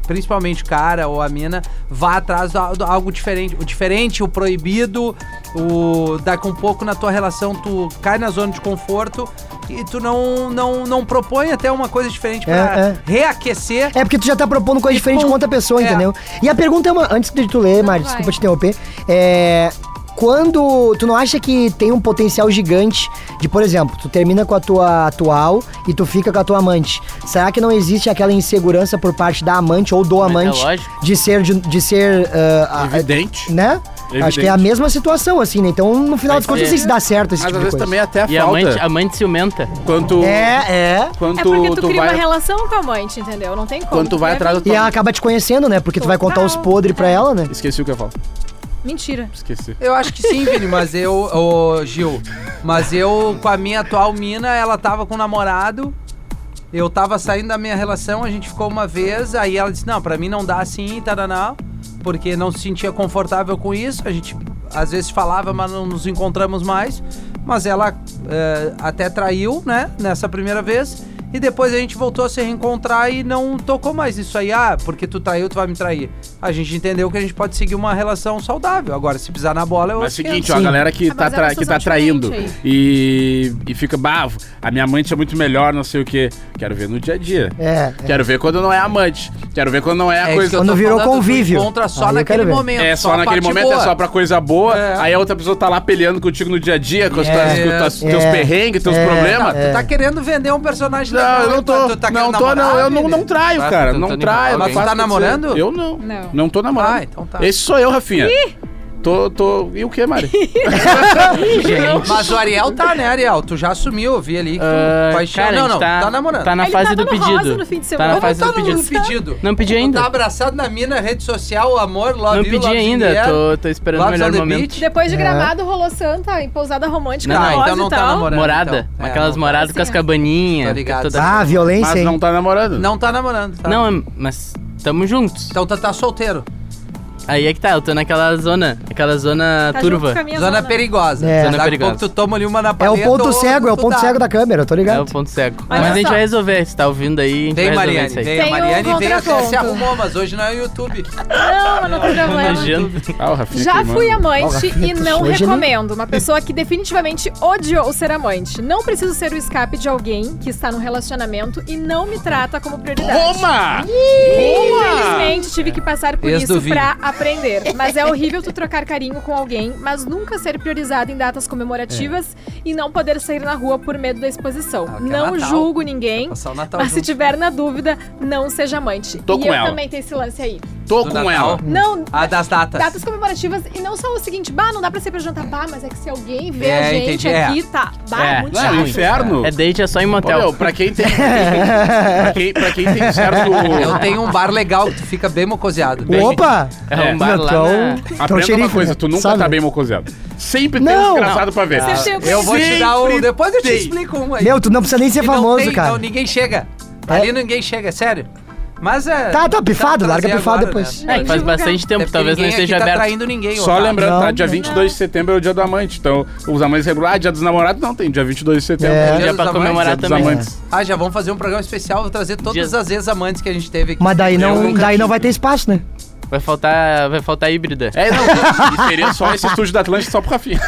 A: Principalmente o cara ou a mina vá atrás de al- de algo diferente. O diferente, o proibido, o. Daqui a um pouco na tua relação tu cai na zona de conforto e tu não, não, não propõe até uma coisa diferente pra
C: É, é.
A: reaquecer.
C: É porque tu já tá propondo coisa diferente com outra pessoa,
A: é.
C: entendeu? E a pergunta é uma. Antes de tu ler, Mari,
D: vai.
C: desculpa te interromper. É. Quando tu não acha que tem um potencial gigante de, por exemplo, tu termina com a tua atual e tu fica com a tua amante, será que não existe aquela insegurança por parte da amante ou do
B: Mas é
C: amante
B: lógico.
C: de ser, de, de ser, ah, ah,
E: Evidente.
C: né? Acho que é a mesma situação, assim, né? Então, no final
B: Vai
C: das contas, não
B: ser.
C: sei se dá certo esse
E: Mas
C: tipo de
E: às vezes
C: coisa.
E: também é até
B: E
E: falta.
B: amante, amante ciumenta.
E: Quanto,
C: É, é.
E: quanto
D: É porque tu, cria
E: vai...
D: uma relação com a amante, entendeu? Não tem como.
E: Quando tu vai
D: é
E: atrás do
C: E ela acaba te conhecendo, né? Porque tu vai contar os
D: Total.
C: podres pra ela, né?
E: Esqueci o que eu falo.
D: é Mentira.
E: Esqueci.
A: Eu acho que sim, Vini, mas eu. Ô, Gil. Mas eu, com a minha atual mina, ela tava com um namorado. Eu tava saindo da minha relação, a gente ficou uma vez, aí ela disse: Não, pra mim não dá assim, taraná, porque não se sentia confortável com isso. A gente às vezes falava, mas não nos encontramos mais. Mas ela eh, até traiu, né, nessa primeira vez. e depois a gente voltou a se reencontrar e não tocou mais isso aí. Ah, porque tu traiu, tu vai me trair. A gente entendeu que a gente pode seguir uma relação saudável. Agora, se pisar na bola, eu
E: Mas é o
A: esquento.
E: seguinte, ó, a
C: Sim.
E: galera que
D: Ah,
E: tá,
D: mas é
E: tra-
D: uma
E: que tá
D: situação
E: traindo
D: diferente
E: e, e fica bavo, a minha amante é muito melhor, não sei o quê. Quero ver no dia a dia.
C: É.
E: Quero ver quando não é amante. Quero ver quando não é a
A: É isso que
E: coisa.
A: eu tô
C: Quando virou
A: falando, tu
C: convívio.
A: Encontra só
C: Aí eu
A: naquele
C: quero ver.
A: momento.
E: É só
A: a
E: naquele
A: parte
E: momento, é
A: boa.
E: só pra coisa boa.
A: É.
E: Aí a outra pessoa tá lá peleando contigo no dia a dia, com os
C: É.
E: teus
C: É.
E: perrengues, teus
C: É.
E: problemas.
A: Tu tá querendo vender um personagem
E: Não,
A: legal,
E: eu
A: hein,
E: não tô.
A: tu tá
E: não
A: querendo
E: tô, não.
A: namorar,
E: Eu não,
A: Vini?
E: não traio,
F: Tá
E: cara.
F: tentando
E: Não traio.
F: enrolar
E: Não
F: alguém.
E: faço
A: Tá namorando?
E: isso. Eu não.
D: Não.
E: Não tô namorando.
A: Ah, então tá.
E: Esse sou eu, Rafinha. Tô, tô. E o que,
D: [LAUGHS]
E: Mari?
A: Mas o Ariel tá, né, Ariel? Tu já assumiu, eu vi ali. que tu
B: Ah,
A: faz cheiro.
B: cara, a
A: não,
B: gente
A: não, tá,
B: tá,
A: namorando.
B: Tá na
D: Ele
B: fase
D: tava
B: do
D: no
B: pedido.
D: rosa no fim de
B: Tá
D: semana.
B: na
D: Não,
B: fase
A: tá
B: do pedido.
A: no pedido.
B: Não pedi
A: Tu tá
B: ainda.
A: abraçado na mina, rede social, amor, love
B: Não
A: you,
B: pedi
A: love
B: ainda.
A: Juliet,
B: Tô, tô esperando o
A: Loves
B: melhor
A: on the
B: momento.
A: beach.
D: Depois de
C: É.
D: gramado, rolou Santa em pousada romântica.
A: Não,
D: na
A: então
D: Rosa
A: não
D: e
A: tá
D: tal.
A: namorando.
B: Morada.
A: então. É,
B: Aquelas
A: não-
B: moradas com as
D: Tô
B: cabaninhas.
A: ligado.
B: toda-
C: Ah, violência,
E: Mas
C: hein?
E: não tá namorando.
A: Não tá namorando, tá?
B: Não, é, mas tamo juntos.
A: Então tá, tá solteiro.
B: Aí é que tá, eu tô naquela zona, aquela zona
D: Tá junto
B: turva.
D: com a minha
A: Zona
D: zona.
A: perigosa.
C: É.
B: Zona
A: Daqui a
B: perigosa.
A: pouco tu toma ali uma na
C: É
A: paleta.
C: o ponto cego, é o ponto cego da câmera, tô
B: É o
C: ligado?
B: ponto cego.
D: Olha
B: mas a gente
D: só.
B: vai resolver, se tá ouvindo aí, a gente
A: Vem,
B: vai resolver
A: Mariane.
B: isso aí.
A: Vem, a
D: Tem um
A: Mariane veio até
D: contraponto.
A: se arrumou, mas hoje não é o YouTube.
D: Não, mas não é tem problema.
B: Nojento.
E: Ah, o Rafinha
D: Já
E: queimando.
D: fui amante
C: Olha,
D: e
C: hoje
D: não
A: né?
C: ele-
D: recomendo. Uma pessoa que definitivamente odiou ser amante. Não preciso ser o escape de alguém que está num relacionamento e não me trata como prioridade.
E: Roma!
D: Infelizmente, tive que passar por
A: Ex do
D: isso
A: Vini.
D: pra aprender. Mas é horrível tu trocar carinho com alguém, mas nunca ser priorizado em datas comemorativas e não poder sair na rua por medo da exposição.
A: É. Ah, que é
D: não
A: Natal.
D: julgo ninguém,
A: Passar o Natal
D: mas se
A: junto.
D: tiver na dúvida, não seja amante.
E: Tô
D: e
E: com
D: eu
E: ela.
D: também tenho esse lance aí.
E: Tô
A: Do
E: com
A: Natal.
E: ela.
D: Não,
A: Ah, das datas.
D: datas comemorativas e não só o seguinte, bah, não dá pra ser pra jantar, bah, mas é que se alguém vê
A: É,
D: a gente
A: entendi,
D: aqui, tá, bah,
B: É,
D: é, muito
E: Não, é um
D: chato.
E: inferno.
B: É date, é só em
E: Ô, meu,
B: motel.
E: pra quem tem. pra, quem, pra quem tem certo.
A: [LAUGHS] Eu tenho um bar legal que tu fica bem mocoseado.
E: Bem-
C: Opa!
B: É um bar lá na-
C: Então, então
E: Aprenda uma
A: [LAUGHS]
C: xerife,
E: coisa, tu nunca
C: sabe? né?
E: tá bem mocoseado. Sempre tem
C: Não.
E: um desgraçado pra ver.
D: Sempre tem o
A: Eu vou te dar o.
E: Sempre
A: Depois eu te
E: tem.
A: explico um aí.
C: Meu, tu não precisa nem ser
A: E
C: famoso,
A: não tem,
C: cara.
A: Não, ninguém chega.
C: É?
A: Ali ninguém chega, sério. Mas é.
C: Tá, tá, pifado,
A: trazer
C: larga pifado
A: agora,
C: depois.
A: né?
D: É,
B: Faz bastante
A: Até
B: tempo,
A: porque
B: talvez não
A: ninguém aqui
B: esteja
A: tá
B: aberto.
A: traindo ninguém,
E: Só
A: otário.
E: lembrando, tá?
C: Não.
E: Dia 22 de setembro é o dia do amante. Então, os amantes regulares, dia dos namorados não tem. Dia 22 de setembro
C: É.
E: é,
B: Dia
A: Dia
B: pra
A: dos
B: comemorar
E: dia dos né?
B: também.
E: amantes.
A: Ah, já vamos fazer um programa especial, vou trazer todas
B: Dias-
A: as ex-amantes que a gente teve aqui.
C: Mas daí
E: Eu
C: não,
E: nunca
C: daí não
E: tive.
C: vai ter espaço, né?
B: Vai faltar, vai faltar híbrida.
E: É, não, e seria só esse estúdio da Atlântica só pro [LAUGHS] Rafinha.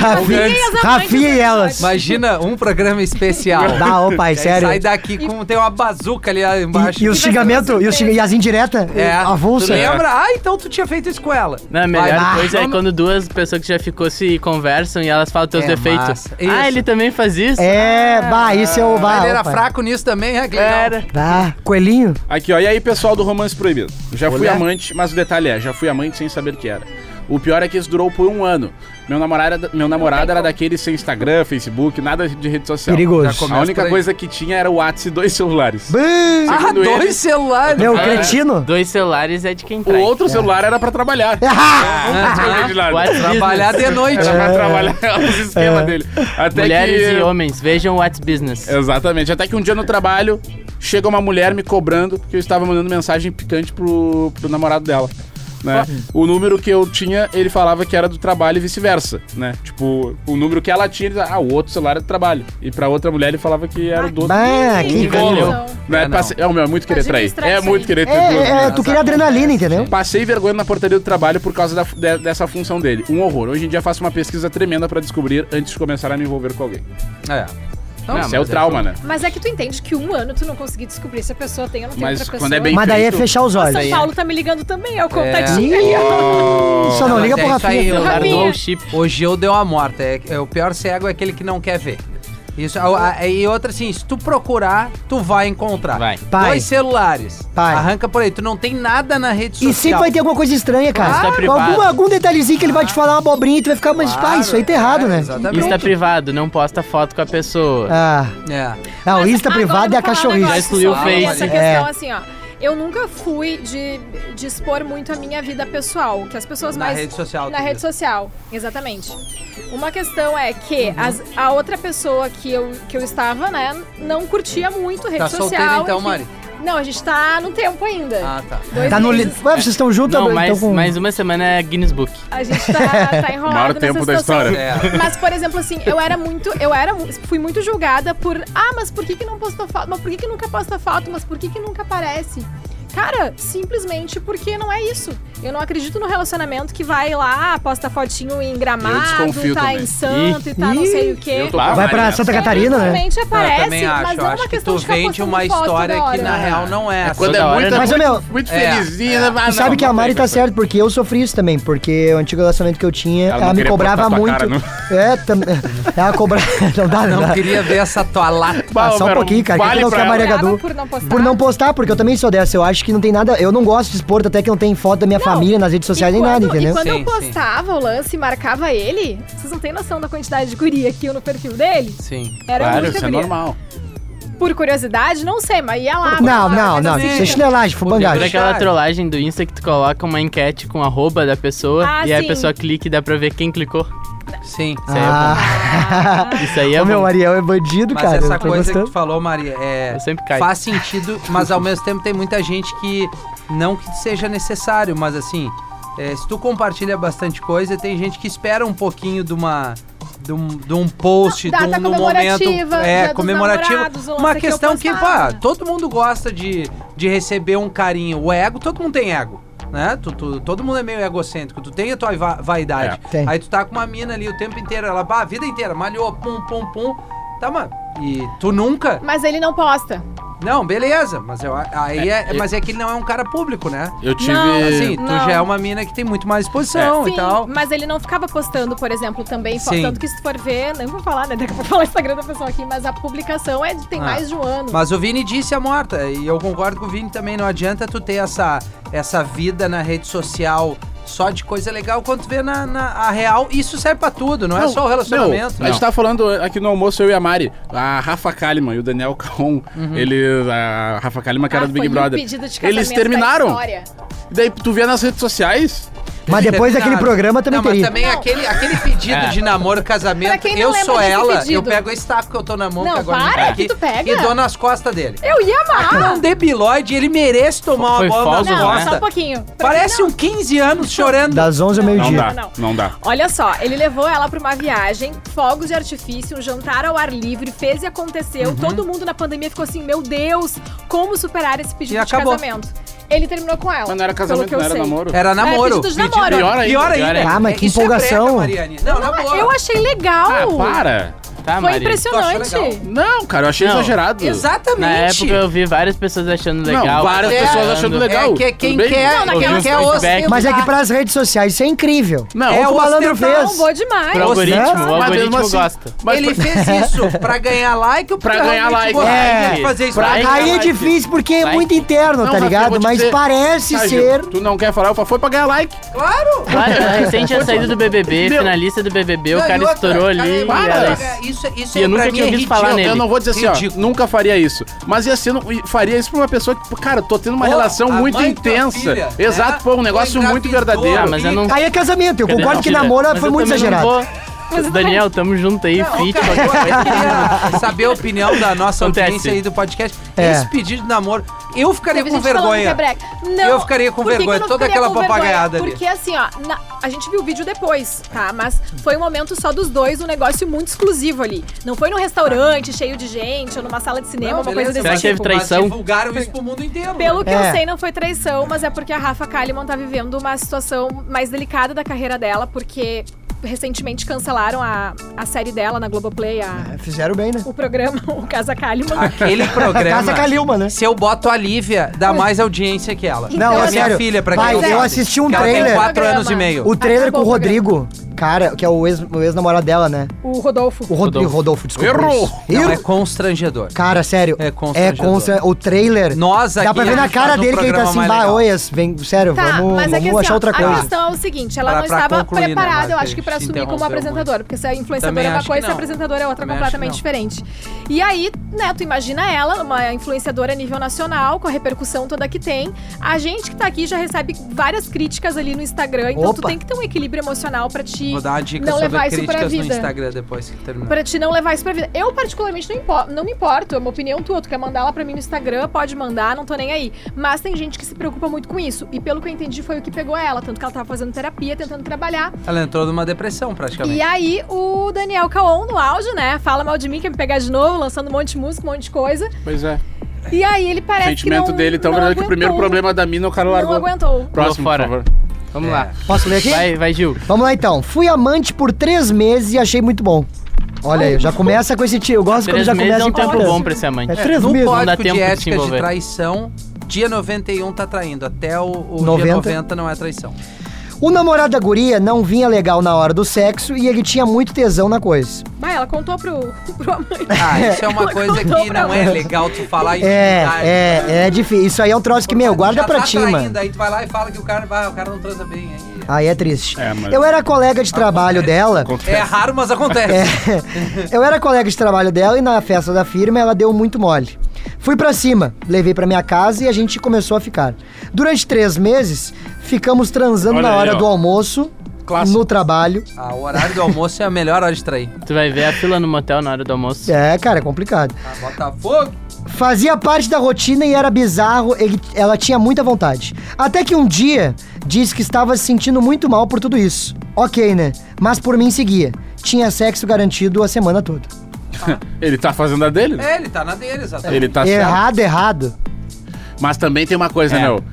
C: Rafinha,
D: e as amantes
C: Rafinha e
D: do
C: elas.
A: Imagina um programa
C: [LAUGHS]
A: especial.
C: Dá, ô pai,
A: E aí
C: sério.
A: Sai daqui com. Tem uma bazuca ali embaixo.
C: E, e o
D: vai
C: xingamento, né?
D: ter
C: e, o xinga- e as indiretas,
A: É,
C: avulsa.
A: Tu lembra? Ah, então tu tinha feito isso com ela.
B: Não, a
A: Vai,
B: melhor
A: vai.
B: coisa é quando duas pessoas que já ficou se conversam e elas falam teus
A: É
B: defeitos.
A: massa. Isso.
B: Ah, ele também faz isso?
C: É, bah, isso é o bah.
A: Ele era
C: opa.
A: fraco nisso também, é, Cleão?
B: Era.
C: Bah, coelhinho.
E: Aqui, ó. E aí, pessoal do Romance Proibido? Já fui
C: Olé.
E: amante, mas o detalhe é, já fui amante sem saber que era. O pior é que isso durou por um ano. Meu namorado, era- meu namorado era daquele sem Instagram, Facebook, nada de rede social.
A: Já
C: Perigoso.
A: come-
E: A única
A: Começa
E: coisa que tinha era o WhatsApp e dois celulares.
C: Bum.
A: Ah,
E: Segundo ele-
A: dois celulares.
C: Meu,
A: Ah,
C: cretino.
B: Dois celulares é de quem
E: O
B: trai.
E: outro celular era
C: [LAUGHS]
E: pra trabalhar.
A: ah,
E: Joguei de lado.
B: What?
A: Trabalhar de noite.
E: Era
C: É.
E: pra trabalhar [LAUGHS] os esquemas dele. Até
B: Mulheres
E: é que...
B: e homens, vejam o What's Business.
E: Exatamente. Até que um dia no trabalho chega uma mulher me cobrando que eu estava mandando mensagem picante pro, pro namorado dela. Né? O número que eu tinha, ele falava que era do trabalho e vice-versa, né? Tipo, o número que ela tinha, ele dizia, ah, o outro celular é do trabalho. E pra outra mulher ele falava Ah, que era o do outro.
C: Bah, que
D: Que bom.
C: velho.
D: Não.
E: Não, é,
A: É,
E: passe- é, o meu, é muito querer trair.
D: Administrar
E: É
D: isso
E: muito
D: aí.
E: querer
C: É,
E: trair. duas
C: é,
A: né?
E: meninas.
C: tu queria adrenalina, entendeu?
E: Passei vergonha na portaria do trabalho por causa da- de- dessa função dele. Um horror. Hoje em dia faço uma pesquisa tremenda pra descobrir antes de começar a me envolver com alguém.
A: É. Não,
E: Isso é o trauma, né?
D: Mas é que tu entende que um ano tu não consegui descobrir se a pessoa tem ou não tem
E: Mas
D: outra pessoa.
E: quando é bem
C: Mas daí é
E: feito-
C: fechar os olhos.
D: São Paulo tá me ligando também, é o contatinho.
C: Só não
A: Mas
C: liga
A: é
C: pro
A: isso aí,
C: Rafinha.
A: eu-
B: Celular
D: Rafinha.
B: no chip.
A: Hoje eu deu a morta. É, é o pior cego é aquele que não quer ver. Isso, a- a- e outra assim, se tu procurar, tu vai encontrar.
B: Vai.
C: Pai.
A: Dois celulares.
C: Pai.
A: Arranca por aí. Tu não tem nada na rede social.
C: E sempre vai ter alguma coisa estranha,
B: Isso tá
C: cara.
B: privado.
C: algum, algum detalhezinho que ele vai te falar, uma abobrinha, e tu vai ficar, mas pá, isso aí tá errado, né?
A: Exatamente.
B: Insta privado, não posta foto com a pessoa.
C: Ah,
A: É.
C: ah o
D: Mas
C: Insta
D: agora
C: privado é
D: eu
C: a
D: vou falar um
C: cachorrice.
D: negócio
B: excluiu o
D: sobre
B: Face.
D: Essa
C: É.
D: questão, assim, ó. Eu nunca fui de, de expor muito a minha vida pessoal, que as pessoas
A: Na
D: mais...
A: rede social.
D: Na rede social, exatamente. Uma questão é
A: Uhum.
D: que as- a outra pessoa que eu, que eu estava, né, não curtia muito rede
A: Tá
D: social.
A: solteira então,
D: enfim.
A: Mari?
D: Não, a gente tá no tempo ainda.
A: Ah, tá.
D: Dois
C: Tá no. Li...
D: meses.
C: Ué, vocês estão juntos?
B: Não,
C: então
B: mais,
C: com-
B: mais uma semana é Guinness Book.
D: A gente tá,
E: [LAUGHS]
D: tá enrolado
E: maior
D: nessa
E: tempo da
D: situação.
E: história.
A: É.
D: Mas, por exemplo, assim, eu era muito. Eu era, mu- fui muito julgada por. Ah, mas por que, que não postou foto? Mas por que, que nunca posta foto? Mas por que, que nunca aparece? Cara, simplesmente porque não é isso. Eu não acredito no relacionamento que vai lá, "Ah, posta fotinho em
E: Eu
D: gramado,
E: desconfio
D: tá
E: também.
D: em santo e tá não sei o
E: Eu
D: quê.
E: tô com a
C: Vai pra
E: Maria.
C: Santa Catarina, né?
D: Simplesmente
A: eu
D: aparece,
A: também acho.
D: mas
A: Eu
D: não é uma
A: acho que
D: questão
A: tu
D: de ficar
A: vende
D: postando
A: uma
D: foto
A: história
D: toda
A: que na
D: hora.
A: real não é.
E: É quando
B: Toda
E: é
B: hora,
E: muito,
B: né?
C: Mas, ô, meu,
E: muito, muito né?
A: é,
E: felizinha.
C: Tu sabe que a Mari tá
E: certo
C: certo, porque eu sofri isso também, porque o antigo relacionamento que eu tinha,
E: Ela
C: ela,
E: não
C: me
E: queria
C: cobrava
E: postar tua
C: muito.
E: cara,
C: É, tam... [LAUGHS] ela cobrava. Não dá, não,
A: Não
C: dá.
A: queria ver essa tua lata.
E: Bah,
C: Ah, só um
E: Vera,
C: pouquinho, cara. que
E: fale
C: eu não
E: pra
C: quero
E: ela.
C: Maria
D: Brava
C: Gadu.
D: por não postar.
C: Por não postar, porque eu também sou dessa. Eu acho que não tem nada. Eu não gosto de expor, até que não tem foto da minha
D: Não.
C: família nas redes sociais
D: e
C: nem
D: quando,
C: nada,
D: E
C: entendeu?
D: quando
A: Sim,
D: eu postava o lance e marcava ele, vocês não têm noção da quantidade de guria que eu no perfil dele?
A: Sim.
D: Era
E: Claro,
D: muita
E: isso é
D: guria.
E: normal.
D: Por curiosidade, não sei, mas ia lá.
C: Não,
D: lá,
C: não,
D: mas
C: não.
D: assim,
C: Isso é chinelagem,
B: Por
E: né,
C: fubangagem.
B: aquela
A: Verdade.
B: trollagem do Insta que tu coloca uma enquete com arroba da pessoa
D: Ah,
B: e aí
D: sim.
B: a pessoa clica e dá pra ver quem clicou.
A: Sim.
B: Isso aí é bom.
C: Ah,
B: Isso aí é
C: [LAUGHS] Ô, meu,
B: bom.
C: o Ariel é bandido,
A: Mas
C: cara.
A: essa
C: eu tô
A: coisa que
C: gostando.
A: tu falou, Maria, é,
B: Eu sempre caio.
A: faz sentido, mas ao mesmo tempo tem muita gente que não que seja necessário, mas assim, é, se tu compartilha bastante coisa, tem gente que espera um pouquinho de uma de um, de um post,
D: Data
A: de um no
D: comemorativa,
A: momento
D: dia
A: é
D: dos
A: comemorativo,
D: namorados, o lance
A: uma
D: que eu
A: questão que,
D: postava.
A: pá, todo mundo gosta de, de receber um carinho, o ego, todo mundo tem ego. Né? Tu, tu- todo mundo é meio egocêntrico, tu tem a tua va- vaidade.
C: É. Tem.
A: Aí tu tá com uma mina ali o tempo inteiro, ela, bah, a vida inteira, malhou, pum, pum, pum. Tá, mano. E tu nunca.
D: Mas ele não posta.
A: Não, beleza, mas eu, aí é,
E: É, eu-
A: mas é que ele não é um cara público, né?
E: Eu tive.
D: Não,
A: Assim, tu
D: Não.
A: já é uma mina que tem muito mais exposição
D: Sim,
A: e tal.
D: mas ele não ficava postando, por exemplo, também. fo-
A: Sim.
D: Tanto que se tu for ver, não vou falar, né? Daqui a pouco eu vou falar o Instagram da pessoa aqui, mas a publicação é de- tem
A: Ah.
D: mais de um ano.
A: Mas o Vini disse a morta, e eu concordo com o Vini também, não adianta tu ter essa, essa vida na rede social só de coisa legal quando tu vê na, na a real. Isso serve pra tudo, não, é
E: Não,
A: só o relacionamento.
E: meu,
D: tá-
E: a gente tava falando aqui no almoço, eu e a Mari. A Rafa Kalimann e o Daniel Caon, eles. A Rafa Kalimann, cara
D: Ah,
E: do Big
D: foi um
E: Brother.
D: pedido de
E: Eles
D: casamento
E: terminaram.
D: da história.
E: Daí tu vê nas redes sociais.
C: Mas depois daquele programa também
A: não, mas
C: teria.
A: também
D: Não.
A: aquele, aquele pedido
B: É.
A: de namoro, casamento,
D: Pra quem não
A: eu
D: lembra
A: sou
D: desse
A: ela, eu
D: pedido.
A: pego a estaca que eu tô na mão,
D: Não,
A: que agora não
D: para,
A: tá
D: que tu pega.
A: e dou nas costas dele.
D: Eu ia
A: Aquilo é [LAUGHS]
D: amar.
A: um debilóide, ele merece tomar
B: Foi
A: uma bola nas
B: falso,
D: Não,
B: né?
D: só um
A: costas.
D: pouquinho. Pra
A: Parece
D: quem
A: um 15 anos chorando.
C: Das 11 ao
E: Não
D: Não,
C: meio-dia.
E: dá.
D: não.
E: Não dá.
D: Olha só, ele levou ela pra uma viagem, fogos de artifício, um jantar ao ar livre, fez e aconteceu.
A: Uhum.
D: Todo mundo na pandemia ficou assim, meu Deus, como superar esse pedido
A: E
D: de
A: acabou.
D: casamento? Ele terminou com ela.
E: Mas não era
D: pelo
E: casamento,
D: que eu
E: não era
D: sei.
E: namoro.
A: Era namoro.
D: É, pedido de namoro.
E: Pior ainda,
A: Pior ainda.
B: pior ainda.
C: Ah, mas que
A: Isso é
C: empolgação.
A: breca, Mariane. Não, na
D: Não,
A: boa.
D: eu achei legal.
E: Ah, para!
B: Tá,
D: Foi
B: Mari?
D: impressionante.
A: Tu achou legal?
E: Não, cara, eu achei
B: Não.
E: exagerado.
A: Exatamente.
B: Na época eu vi várias pessoas achando
E: Não,
B: legal. tá
E: várias
A: É.
E: pessoas achando legal.
A: É que quem
E: Tudo bem?
A: quer,
D: Não,
A: quem
D: naquela-
A: quer ostentar.
C: Mas é que pras redes sociais isso é incrível.
E: Não,
A: É
C: o que o malandro
A: ostentar
D: Não,
C: fez.
D: vou demais.
B: Pro
A: Mas-
C: é
B: algoritmo,
A: Mas
B: o algoritmo
E: mesmo assim-
B: gosta.
E: mas
A: ele
E: pra-
A: fez
B: [LAUGHS]
A: isso pra ganhar like ou
E: Pra
A: pra
E: ganhar
A: realmente
E: like.
A: gostar de
B: É.
A: fazer isso?
E: Pra-
A: Pra-
C: Aí é
B: like.
C: difícil porque é
B: Like.
C: muito interno,
E: [LAUGHS] Não,
C: tá
E: Rafa, eu
C: ligado?
E: vou te
C: Mas
E: dizer-
C: parece
E: Tá, Gil,
C: ser.
E: Tu não quer falar, eu falo, foi pra ganhar like.
A: Claro!
B: Claro, né? recente a saída do BBB,
E: Meu.
B: finalista do BBB,
A: Não,
B: o
A: e
B: cara
A: outra,
B: estourou
A: cara,
B: ali.
E: para.
B: e elas-
A: Isso, isso
B: E eu
A: é pra
B: nunca
A: mim
B: tinha
A: é
B: ouvido
A: ridículo.
B: falar
E: Eu-
B: nele.
E: Eu não vou dizer assim,
A: Ridículo.
E: ó, nunca faria isso. Mas ia ser, não- e faria isso pra uma pessoa que, cara, tô tendo uma
A: Pô,
E: relação
A: a
E: muito
A: mãe de tua
E: intensa.
A: filha, né?
E: Exato, pô, um negócio
A: Pô,
E: muito
A: engravidou,
E: verdadeiro.
B: Ah, mas eu não.
C: Aí é casamento, eu
B: Cadê
C: concordo
B: não,
C: que
B: filha?
C: namoro
B: Mas
C: foi
B: eu
C: muito
B: também não
C: exagerado.
B: Vou... Daniel, tamo junto aí,
A: Não,
B: fit.
A: cara,
B: qualquer
A: agora
B: coisa.
A: eu queria saber a opinião da nossa
B: Acontece.
A: audiência aí do podcast.
C: É.
A: Esse pedido de namoro, eu ficaria
D: Teve
A: com
D: gente falando que é
A: vergonha.
D: breca. Não,
A: Eu ficaria com
D: por que que
A: vergonha,
D: eu não
A: toda
D: ficaria
A: aquela
D: com vergonha?
A: papagaiada ali.
D: Porque assim, ó, na- a gente viu o vídeo depois, tá? Mas foi um momento só dos dois, um negócio muito exclusivo ali. Não foi num restaurante cheio de gente, ou numa sala de cinema,
A: Não,
D: uma
A: beleza,
D: coisa desse
B: Será
D: tipo.
B: que teve traição?
A: Mas divulgaram isso pro mundo inteiro. né?
D: Pelo que
C: É.
D: eu sei, não foi traição, mas é porque a Rafa Kalimann tá vivendo uma situação mais delicada da carreira dela, porque recentemente cancelaram a, a série dela na Globoplay, a,
C: Fizeram bem, né?
D: o programa, [LAUGHS] o Casa Kalimann. [LAUGHS]
A: Aquele programa.
C: Casa Calilma, né?
A: Se eu boto a Lívia, dá mais audiência que ela.
D: Não,
A: é
D: é
A: minha
C: sério.
A: filha, pra quem
C: Vai,
A: não
D: eu
A: sabe.
C: assisti um
A: Que Ela tem
C: trailer.
A: quatro
D: Programa.
A: anos e meio.
C: O trailer
D: Acabou
C: com o
D: o programa.
C: Rodrigo, cara, que é o ex- o ex-namorado dela, né?
D: O Rodolfo.
C: O Rodrigo, Rodolfo, desculpa.
E: Errou.
C: isso.
A: Não,
C: Erro.
A: é constrangedor.
C: Cara, sério.
A: É
C: É
A: constrangedor.
C: constra- O trailer.
A: Nós aqui.
C: Dá pra ver
A: a
C: na
A: gente
C: cara
A: faz um
C: dele que ele tá
A: programa
C: assim,
A: mais
C: bah,
A: legal."
C: oias, vem, sério,
D: Tá,
C: vamos,
D: mas é
C: vamos
D: que assim,
C: achar
D: ó,
C: outra
D: a
C: coisa.
D: questão é o seguinte, ela
A: Pra-
D: não
A: pra
D: estava
A: concluir, né,
D: preparada, eu
A: Marta?
D: acho que pra
A: A gente
D: assumir como
A: interrompeu
D: apresentadora, porque ser influenciadora
A: Também
D: é uma
A: acho que
D: coisa, ser
A: não.
D: apresentadora é outra
A: Também acho
D: completamente
A: que
D: diferente. E aí, né, tu imagina ela, uma influenciadora a nível nacional, com a repercussão toda que tem, a gente que tá aqui já recebe várias críticas ali no Instagram, então tu
C: Opa.
D: tem que ter um equilíbrio emocional pra te que
A: Vou dar uma dica
D: não
A: sobre
D: levar isso pra
A: críticas no
D: vida.
A: Instagram depois que terminar.
D: Pra te não levar isso pra vida. Eu, particularmente, não, impo- não me importo. É uma opinião tua. Tu quer mandar ela pra mim no Instagram, pode mandar, não tô nem aí. Mas tem gente que se preocupa muito com isso. E pelo que eu entendi, foi o que pegou ela. Tanto que ela tava fazendo terapia, tentando trabalhar.
A: Ela entrou numa depressão, praticamente.
D: E aí, o Daniel Caon, no áudio, né? Fala mal de mim, quer me pegar de novo, lançando um monte de música, um monte de coisa.
E: Pois é.
D: E aí, ele
E: O
D: parece
E: sentimento
D: que não,
E: dele, então,
D: não
E: verdade que o primeiro
D: aguentou.
E: problema da mina o cara
D: Não
E: largou.
D: aguentou.
E: Próximo,
B: Pulou fora.
E: por favor.
B: Vamos
A: É.
B: lá.
C: Posso ler aqui?
B: Vai, vai, Gil.
C: Vamos lá então. Fui amante por três meses e achei muito bom. Olha aí, já começa com esse tio. Eu gosto quando
B: Três
C: já
B: meses
C: começa
B: é um
C: com
B: tempo
C: três.
B: bom pra ser amante.
C: É três
A: no
C: meses. não
B: dá
A: código
B: tempo
A: de
B: de se
A: ética de
B: envolver.
A: traição, dia 91 tá traindo. Até o, o
C: 90?
A: dia 90 não é traição.
C: O namorado da guria não vinha legal na hora do sexo e ele tinha muito tesão na coisa.
D: Bah, ela contou pro, [LAUGHS] pro amante.
A: Ah, isso é
C: [LAUGHS]
A: uma
D: Ela
A: coisa
D: contou
A: que
D: pra
A: não é legal tu falar em
C: É,
A: intimidade.
C: é, é difícil. Isso aí é um troço que, meu, guarda
A: Já
C: pra
A: tá
C: ti,
A: traindo,
C: mano.
A: Aí tu vai lá e fala que o cara, vai, o cara não transa bem. Aí.
C: Aí é triste.
E: É, mas- tá
C: Eu era colega de trabalho dela.
A: É raro, mas
C: É.
A: acontece.
C: [LAUGHS] Eu era colega de trabalho dela e na festa da firma ela deu muito mole. Fui pra cima, levei pra minha casa e a gente começou a ficar. Durante três meses, ficamos transando
E: Olha
C: na
E: aí,
C: hora
E: ó.
C: do almoço,
E: Clássico.
C: no trabalho.
A: Ah, o horário do almoço é a melhor hora de trair.
B: Tu vai ver a fila no motel na hora do almoço.
C: É, cara, é complicado.
A: Ah, Botafogo.
C: Fazia parte da rotina e era bizarro, ele- ela tinha muita vontade. Até que um dia, disse que estava se sentindo muito mal por tudo isso. Ok, né? Mas por mim seguia. Tinha sexo garantido a semana toda.
E: Ele tá fazendo a dele, né?
A: É, ele tá na dele, exatamente.
E: Ele tá certo.
C: errado, errado.
E: Mas também tem uma coisa,
B: É.
E: né, meu?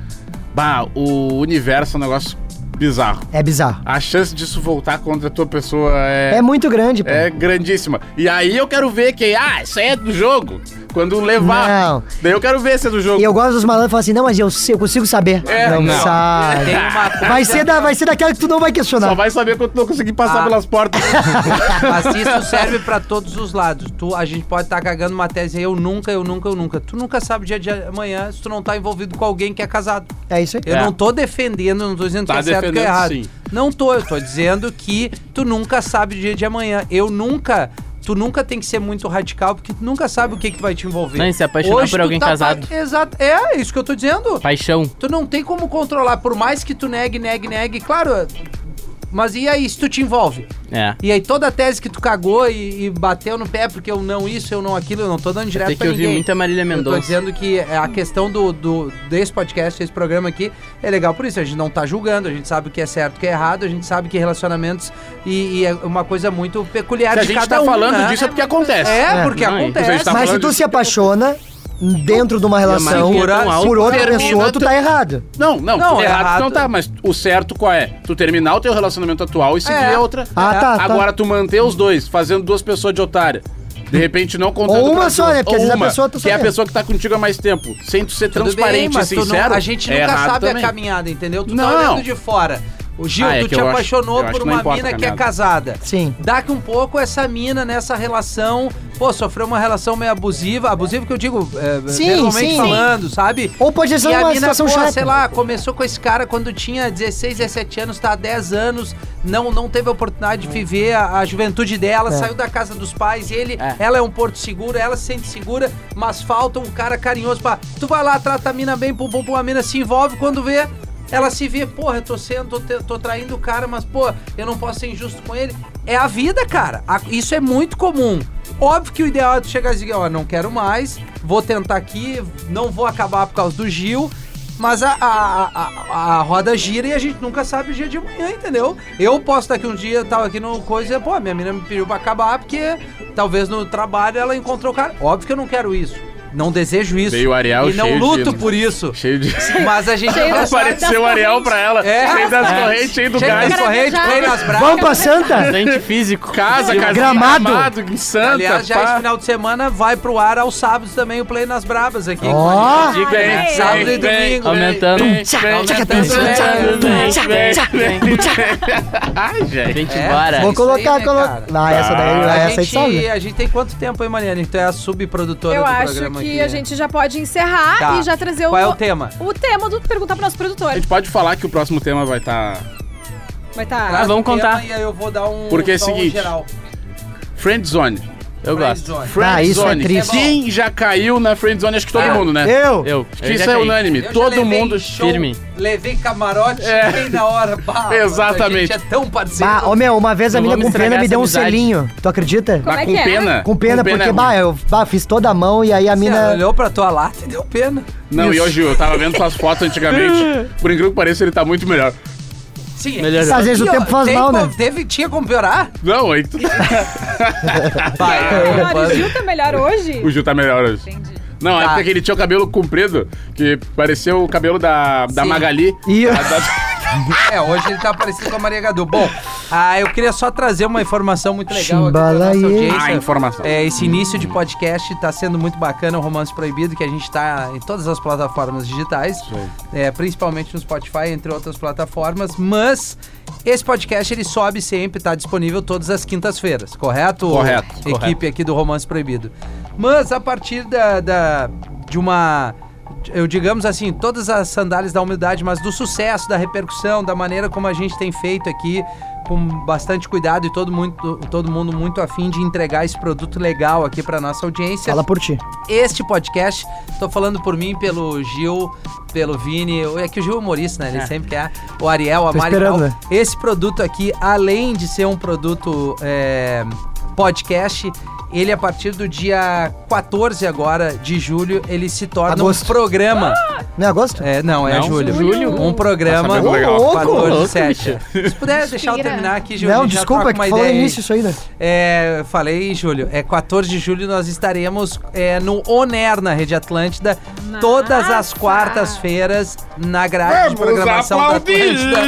E: Bah, o universo é um negócio bizarro.
C: É bizarro.
E: A chance disso voltar contra a tua pessoa
C: É,
E: é,
C: muito grande, pô.
E: é, grandíssima. E aí eu quero ver quem. Ah, isso aí é do jogo. Quando levar.
C: Não.
E: Daí eu quero ver se é do jogo.
C: E eu gosto dos malandros que falam assim, não, mas eu, sei- eu consigo saber.
E: É,
C: não,
E: não.
C: sabe.
A: Tem uma coisa
C: Vai ser, da, vai ser daquela que tu não vai questionar.
E: Só vai saber quando tu não conseguir passar
A: Ah.
E: pelas portas.
A: Mas isso serve pra todos os lados. Tu, a gente pode estar cagando uma tese aí, eu nunca, eu nunca, eu nunca. Tu nunca sabe o dia de amanhã se tu não tá envolvido com alguém que é casado.
C: É isso aí.
A: Eu
B: É.
A: não tô defendendo, não tô dizendo
E: Tá
A: que é certo que é
E: defendendo,
A: errado.
E: sim.
A: Não tô, eu tô dizendo que tu nunca sabe o dia de amanhã. Eu nunca. Tu nunca tem que ser muito radical, porque tu nunca sabe o que, que vai te envolver.
B: Não, e se apaixonar por
A: tu tá
B: alguém
A: pa-
B: casado.
A: Exato. É, é isso que eu tô dizendo.
B: Paixão.
A: Tu não tem como controlar, por mais que tu negue, negue, negue. Claro, mas e aí se tu te envolve?
B: É.
A: E aí toda a tese que tu cagou e, e bateu no pé porque eu não isso, eu não aquilo, eu não tô dando direto
B: Até
A: pra
B: que eu vi
A: ninguém.
B: muita Marília
A: Eu tô
B: Mendonça.
A: dizendo que a questão do, do- desse podcast, desse programa aqui, é legal por isso. A gente não tá julgando, a gente sabe o que é certo, o que é errado, a gente sabe que relacionamentos e, e é uma coisa muito peculiar
E: Se a
A: de
E: gente
A: cada
E: tá
A: um,
E: falando
A: né?
E: disso é porque acontece.
A: É,
C: É,
A: porque
B: não,
A: acontece.
E: vocês tá
C: mas se
E: falando
C: tu
E: disso
C: se apaixona dentro de uma relação
B: Mas
C: por,
B: é tão alto,
C: outra
E: um termina
C: pessoa, tu
E: tu-
C: tá errado.
E: Não, não,
A: Não,
E: errado,
A: errado.
E: tu não tá, mas o certo qual é? Tu terminar o teu relacionamento atual e seguir
A: É.
E: a outra.
C: Ah, tá, tá.
E: Agora tu manter os dois, fazendo duas pessoas de otária. De repente não contando
C: Ou uma
E: pras
C: só,
E: duas.
C: né? Porque às
E: Ou
C: vezes a
E: uma,
C: pessoa tá
E: Que é a
C: sabendo.
E: pessoa que tá contigo há mais tempo. Sem tu ser
A: Tudo bem,
E: transparente e
A: mas tu não-
E: sincero.
A: a gente
E: é
A: nunca
E: errado
A: sabe
E: também.
A: a caminhada, entendeu? Tu tá
E: Não.
A: olhando de fora. O Gil,
E: Ah, é
A: tu
E: que
A: te
E: eu acho-
A: apaixonou
E: eu acho
A: por
E: que não
A: uma
E: importa a
A: mina que é
E: caminhada.
A: casada.
C: Sim.
A: Daqui um pouco, essa mina nessa relação, pô, sofreu uma relação meio abusiva. Abusiva que eu digo, é,
C: Sim,
A: verbalmente
C: sim.
A: falando, sabe?
C: Ou pode ser
A: e a
C: uma
A: mina,
C: situação
A: pô,
C: chata.
A: sei lá, começou com esse cara quando tinha 16, 17 anos, tá há 10 anos, não, não teve a oportunidade de viver a, a juventude dela, saiu da casa dos pais, ele,
B: É.
A: ela é um porto seguro, ela se sente segura, mas falta um cara carinhoso pra... Tu vai lá, trata a mina bem, pum, pum, pum, a mina se envolve, quando vê... Ela se vê, porra, eu tô sendo, tô, te- tô traindo o cara, mas, pô, eu não posso ser injusto com ele. É a vida, cara. A- isso é muito comum. Óbvio que o ideal é tu chegar e dizer, ó, não quero mais, vou tentar aqui, não vou acabar por causa do Gil, mas a, a, a- a, a roda gira e a gente nunca sabe o dia de amanhã, entendeu? Eu posso estar aqui um dia, tava aqui no coisa, e, pô, minha menina me pediu pra acabar porque talvez no trabalho ela encontrou o cara. Óbvio que eu não quero isso. Não desejo isso.
E: Veio o Ariel
A: e não
E: cheio de-
A: luto por isso.
E: Cheio de.
A: Mas a gente
D: Cheio
A: nunca
D: das-
A: sabe.
E: Apareceu o Ariel pra ela.
A: É.
E: Cheio das
B: É.
E: correntes, cheio do
A: Cheio
E: gás.
A: de corrente,
D: Cara,
A: play
D: já-
A: nas
C: Vamos
A: braças.
C: pra
A: [LAUGHS]
C: Santa?
B: Bastante físico.
E: Casa, casa,
C: Gramado.
E: em Santa.
A: Aliás, já
E: pá.
A: esse final de semana vai pro ar aos sábados também o Play nas Brabas aqui.
C: Ó.
A: com a gente.
D: Diga aí.
A: sábado e
E: Vem, vem,
A: domingo.
B: Aumentando.
E: vem,
B: Tchá,
E: vem,
A: tchá,
E: vem,
A: tchá,
E: vem,
A: tchá,
E: vem,
B: tchá,
E: vem,
B: tchá,
E: vem. Ai, gente.
B: Gente,
A: É.
B: bora.
C: Vou
A: isso aí,
C: colocar,
A: né,
C: colocar.
A: cara?
C: Ah, essa daí,
A: A,
C: essa aí
A: gente,
C: sabe. né?
A: a gente tem quanto tempo, hein, Mariana? Tu é a subprodutora
D: Eu
A: do
D: acho que
A: programa aqui.
E: é.
D: a
A: né?
D: gente já pode encerrar
A: Tá.
D: e já trazer
A: Qual
D: o,
A: é o tema?
D: o tema do Perguntar pro nosso produtor.
E: A gente pode falar que o próximo tema vai estar.
D: Vai tá.
A: Traz
B: vamos
A: o tema
B: contar.
A: E aí eu vou dar um
E: Porque é
A: só um
E: seguinte.
A: geral.
E: Friend Zone. Eu gosto.
A: Friendzone.
C: Tá, isso é triste.
E: Quem já caiu na friendzone? Acho que todo
A: Eu.
E: mundo, né?
C: Eu?
B: Eu. eu
E: Acho que
B: já
E: isso é
B: caí.
E: unânime.
A: Eu já
E: Todo
A: levei
E: mundo.
A: show,
B: firme.
A: Levei camarote,
E: É.
A: cheguei na
E: [LAUGHS]
A: hora. Bah,
E: Exatamente.
A: A gente é tão parceiro.
C: Bah, ô meu, uma vez a
B: Não
C: mina
B: vamos
C: com pena
B: estragar
C: me deu um
B: essa amizade.
C: selinho. Tu acredita?
D: Como é
E: Mas
D: que
E: com
D: é?
E: pena.
C: Com pena, porque,
E: é
C: bah, eu bah, fiz toda a mão e aí a
A: Você é
C: mina.
A: olhou pra tua lata e deu pena.
E: Não, e hoje eu tava
C: [LAUGHS]
E: vendo suas fotos antigamente. Por incrível que pareça, ele tá muito melhor.
A: Sim, é assim,
B: Melhor.
C: Às vezes o tempo faz mal, né?
A: Teve, tinha como piorar?
E: Não, aí tu- [LAUGHS]
A: Vai,
C: É.
D: Claro, o Gil tá melhor hoje?
E: o Gil tá melhor hoje.
D: Entendi.
E: Não, é
A: Tá.
E: porque ele tinha o cabelo comprido, que parecia o cabelo da, da
A: Sim.
E: Magali.
C: E [LAUGHS]
E: A da-
A: É, hoje ele tá aparecendo com a Maria Gadu. Bom, ah, eu queria só trazer uma informação muito legal aqui pra nossa
C: Chimbalaê.
A: audiência.
E: Ah, informação.
A: É, esse início de podcast tá sendo muito bacana, o Romance Proibido, que a gente tá em todas as plataformas digitais,
E: aí.
A: é, principalmente no Spotify, entre outras plataformas, mas esse podcast ele sobe sempre, tá disponível todas as quintas-feiras, correto?
E: Correto,
A: Equipe
E: correto.
A: aqui do Romance Proibido. Mas a partir da, da- de uma. Eu digamos assim, todas as sandálias da humildade, mas do sucesso, da repercussão, da maneira como a gente tem feito aqui, com bastante cuidado e todo mundo, todo mundo muito afim de entregar esse produto legal aqui para nossa audiência
C: Fala por ti.
A: este podcast. Tô falando por mim, pelo Gil, pelo Vini. É que o Gil é humorista, né? Ele sempre quer. O Ariel, a
C: Tô
A: Mari. e
C: esperando,
A: tal.
C: né?
A: Esse produto aqui, além de ser um produto é, podcast, ele a partir do dia 14 agora de julho, ele se torna
C: Agosto.
A: um programa.
C: Não é agosto?
A: É, não, é
E: Não?
A: julho.
D: Julho.
A: Um programa.
E: Nossa, mas legal.
C: Ô, louco!
A: 14
E: Louco,
A: de 7. Se puder deixar eu
D: Mentira.
A: terminar aqui, Gil. a
C: Não,
A: gente já
C: desculpa, é
A: troca
C: que
A: uma
C: tu falou no
A: ideia aí.
C: início isso aí, né?
A: É, eu falei em julho. É 14 de julho nós estaremos é, no Oner na Rede Atlântida
D: Massa!
A: todas as quartas-feiras na grade de programação da Atlântida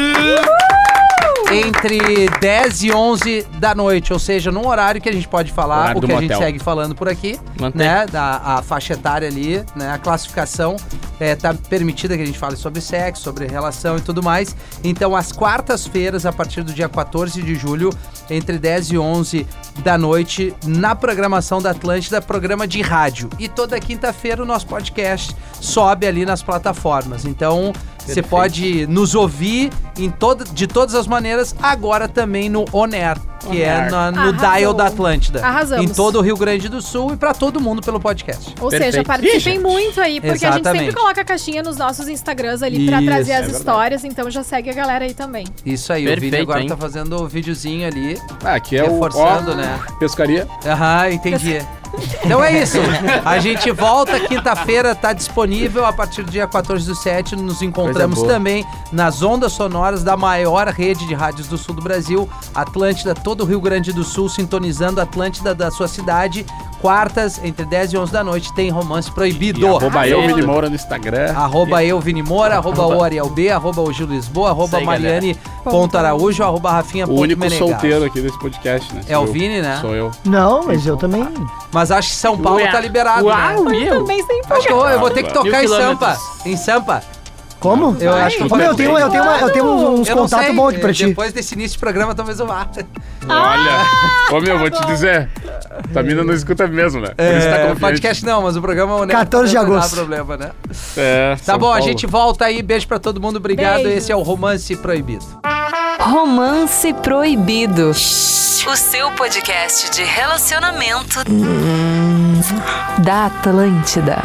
A: entre 10 e 11 da noite, ou seja, num horário que a gente pode falar
E: Horário
A: o
E: do
A: que a gente
E: motel.
A: segue falando por aqui,
B: Mantém.
A: né? Da a faixa etária ali, né? A classificação é, tá permitida que a gente fale sobre sexo, sobre relação e tudo mais. Então, às quartas-feiras, a partir do dia 14 de julho, entre 10 e 11 da noite, na programação da Atlântida, programa de rádio. E toda quinta-feira o nosso podcast sobe ali nas plataformas. Então, você pode nos ouvir em toda, de todas as maneiras, agora também no ONER, que é
E: Oner.
A: na- no
D: Arrasou.
A: Dial da Atlântida.
D: Arrasamos.
A: Em todo o Rio Grande do Sul e pra todo mundo pelo podcast.
D: Ou
E: Perfeito.
D: seja, participem
E: Ih,
D: muito aí, porque a gente
A: Exatamente.
D: sempre coloca a caixinha nos nossos Instagrams ali pra
A: Isso,
D: trazer
A: é
D: as
E: verdade.
D: histórias, então já segue a galera aí também.
A: Isso aí, o
B: Perfeito,
A: Vini agora
B: hein?
A: tá fazendo o videozinho ali,
E: Ah, aqui é o
A: reforçando,
E: ó,
A: né?
E: pescaria.
A: Aham, entendi. Então é isso. A gente volta quinta-feira, tá disponível a partir do dia 14 do 7. Nos encontramos
E: boa.
A: também nas ondas sonoras da maior rede de rádios do sul do Brasil, Atlântida, todo o Rio Grande do Sul, sintonizando a Atlântida da sua cidade. Quartas, entre 10 e 11 da noite, tem Romance Proibido.
E: E arroba eu,
B: Arrasou.
E: Vini Moura, no Instagram.
A: Arroba eu, Vini Moura, arroba o Ariel B, arroba o Gil Lisboa, arroba
B: Isso aí,
A: Mariane Ponto Araújo, arroba Rafinha
E: O
A: ponto
E: único
A: Menegas.
E: solteiro aqui desse podcast, né?
A: um É o
E: Sou eu.
A: Vini, né?
E: Sou eu.
C: Não, mas eu também.
A: Mas acho que São Paulo tá liberado, né?
B: Uau, e
D: Eu
B: eu?
D: também sem
A: Acho que é eu, eu vou ter que tocar em
B: Mil
A: Sampa.
B: quilômetros.
A: Em Sampa.
C: Como?
A: Eu acho que um
C: Ô, meu, eu tenho, eu tenho, uma- eu tenho uns, uns
A: Eu não
C: contatos
A: sei.
C: bons aqui pra ti.
A: Depois desse início de programa, talvez eu vá. Ah!
E: Olha. Ô, meu, vou te dizer. Tua mina não escuta mesmo, né? Por isso tá
A: É,
E: confiante.
A: podcast não, mas o programa... né,
C: 14 de
A: não dá
C: agosto.
A: problema, né?
E: É,
A: Tá
E: São
A: bom, a
E: Paulo.
A: gente volta aí. Beijo pra todo mundo. Obrigado.
D: Beijo.
A: Esse é o Romance Proibido.
G: Romance Proibido. O seu podcast de relacionamento da Atlântida.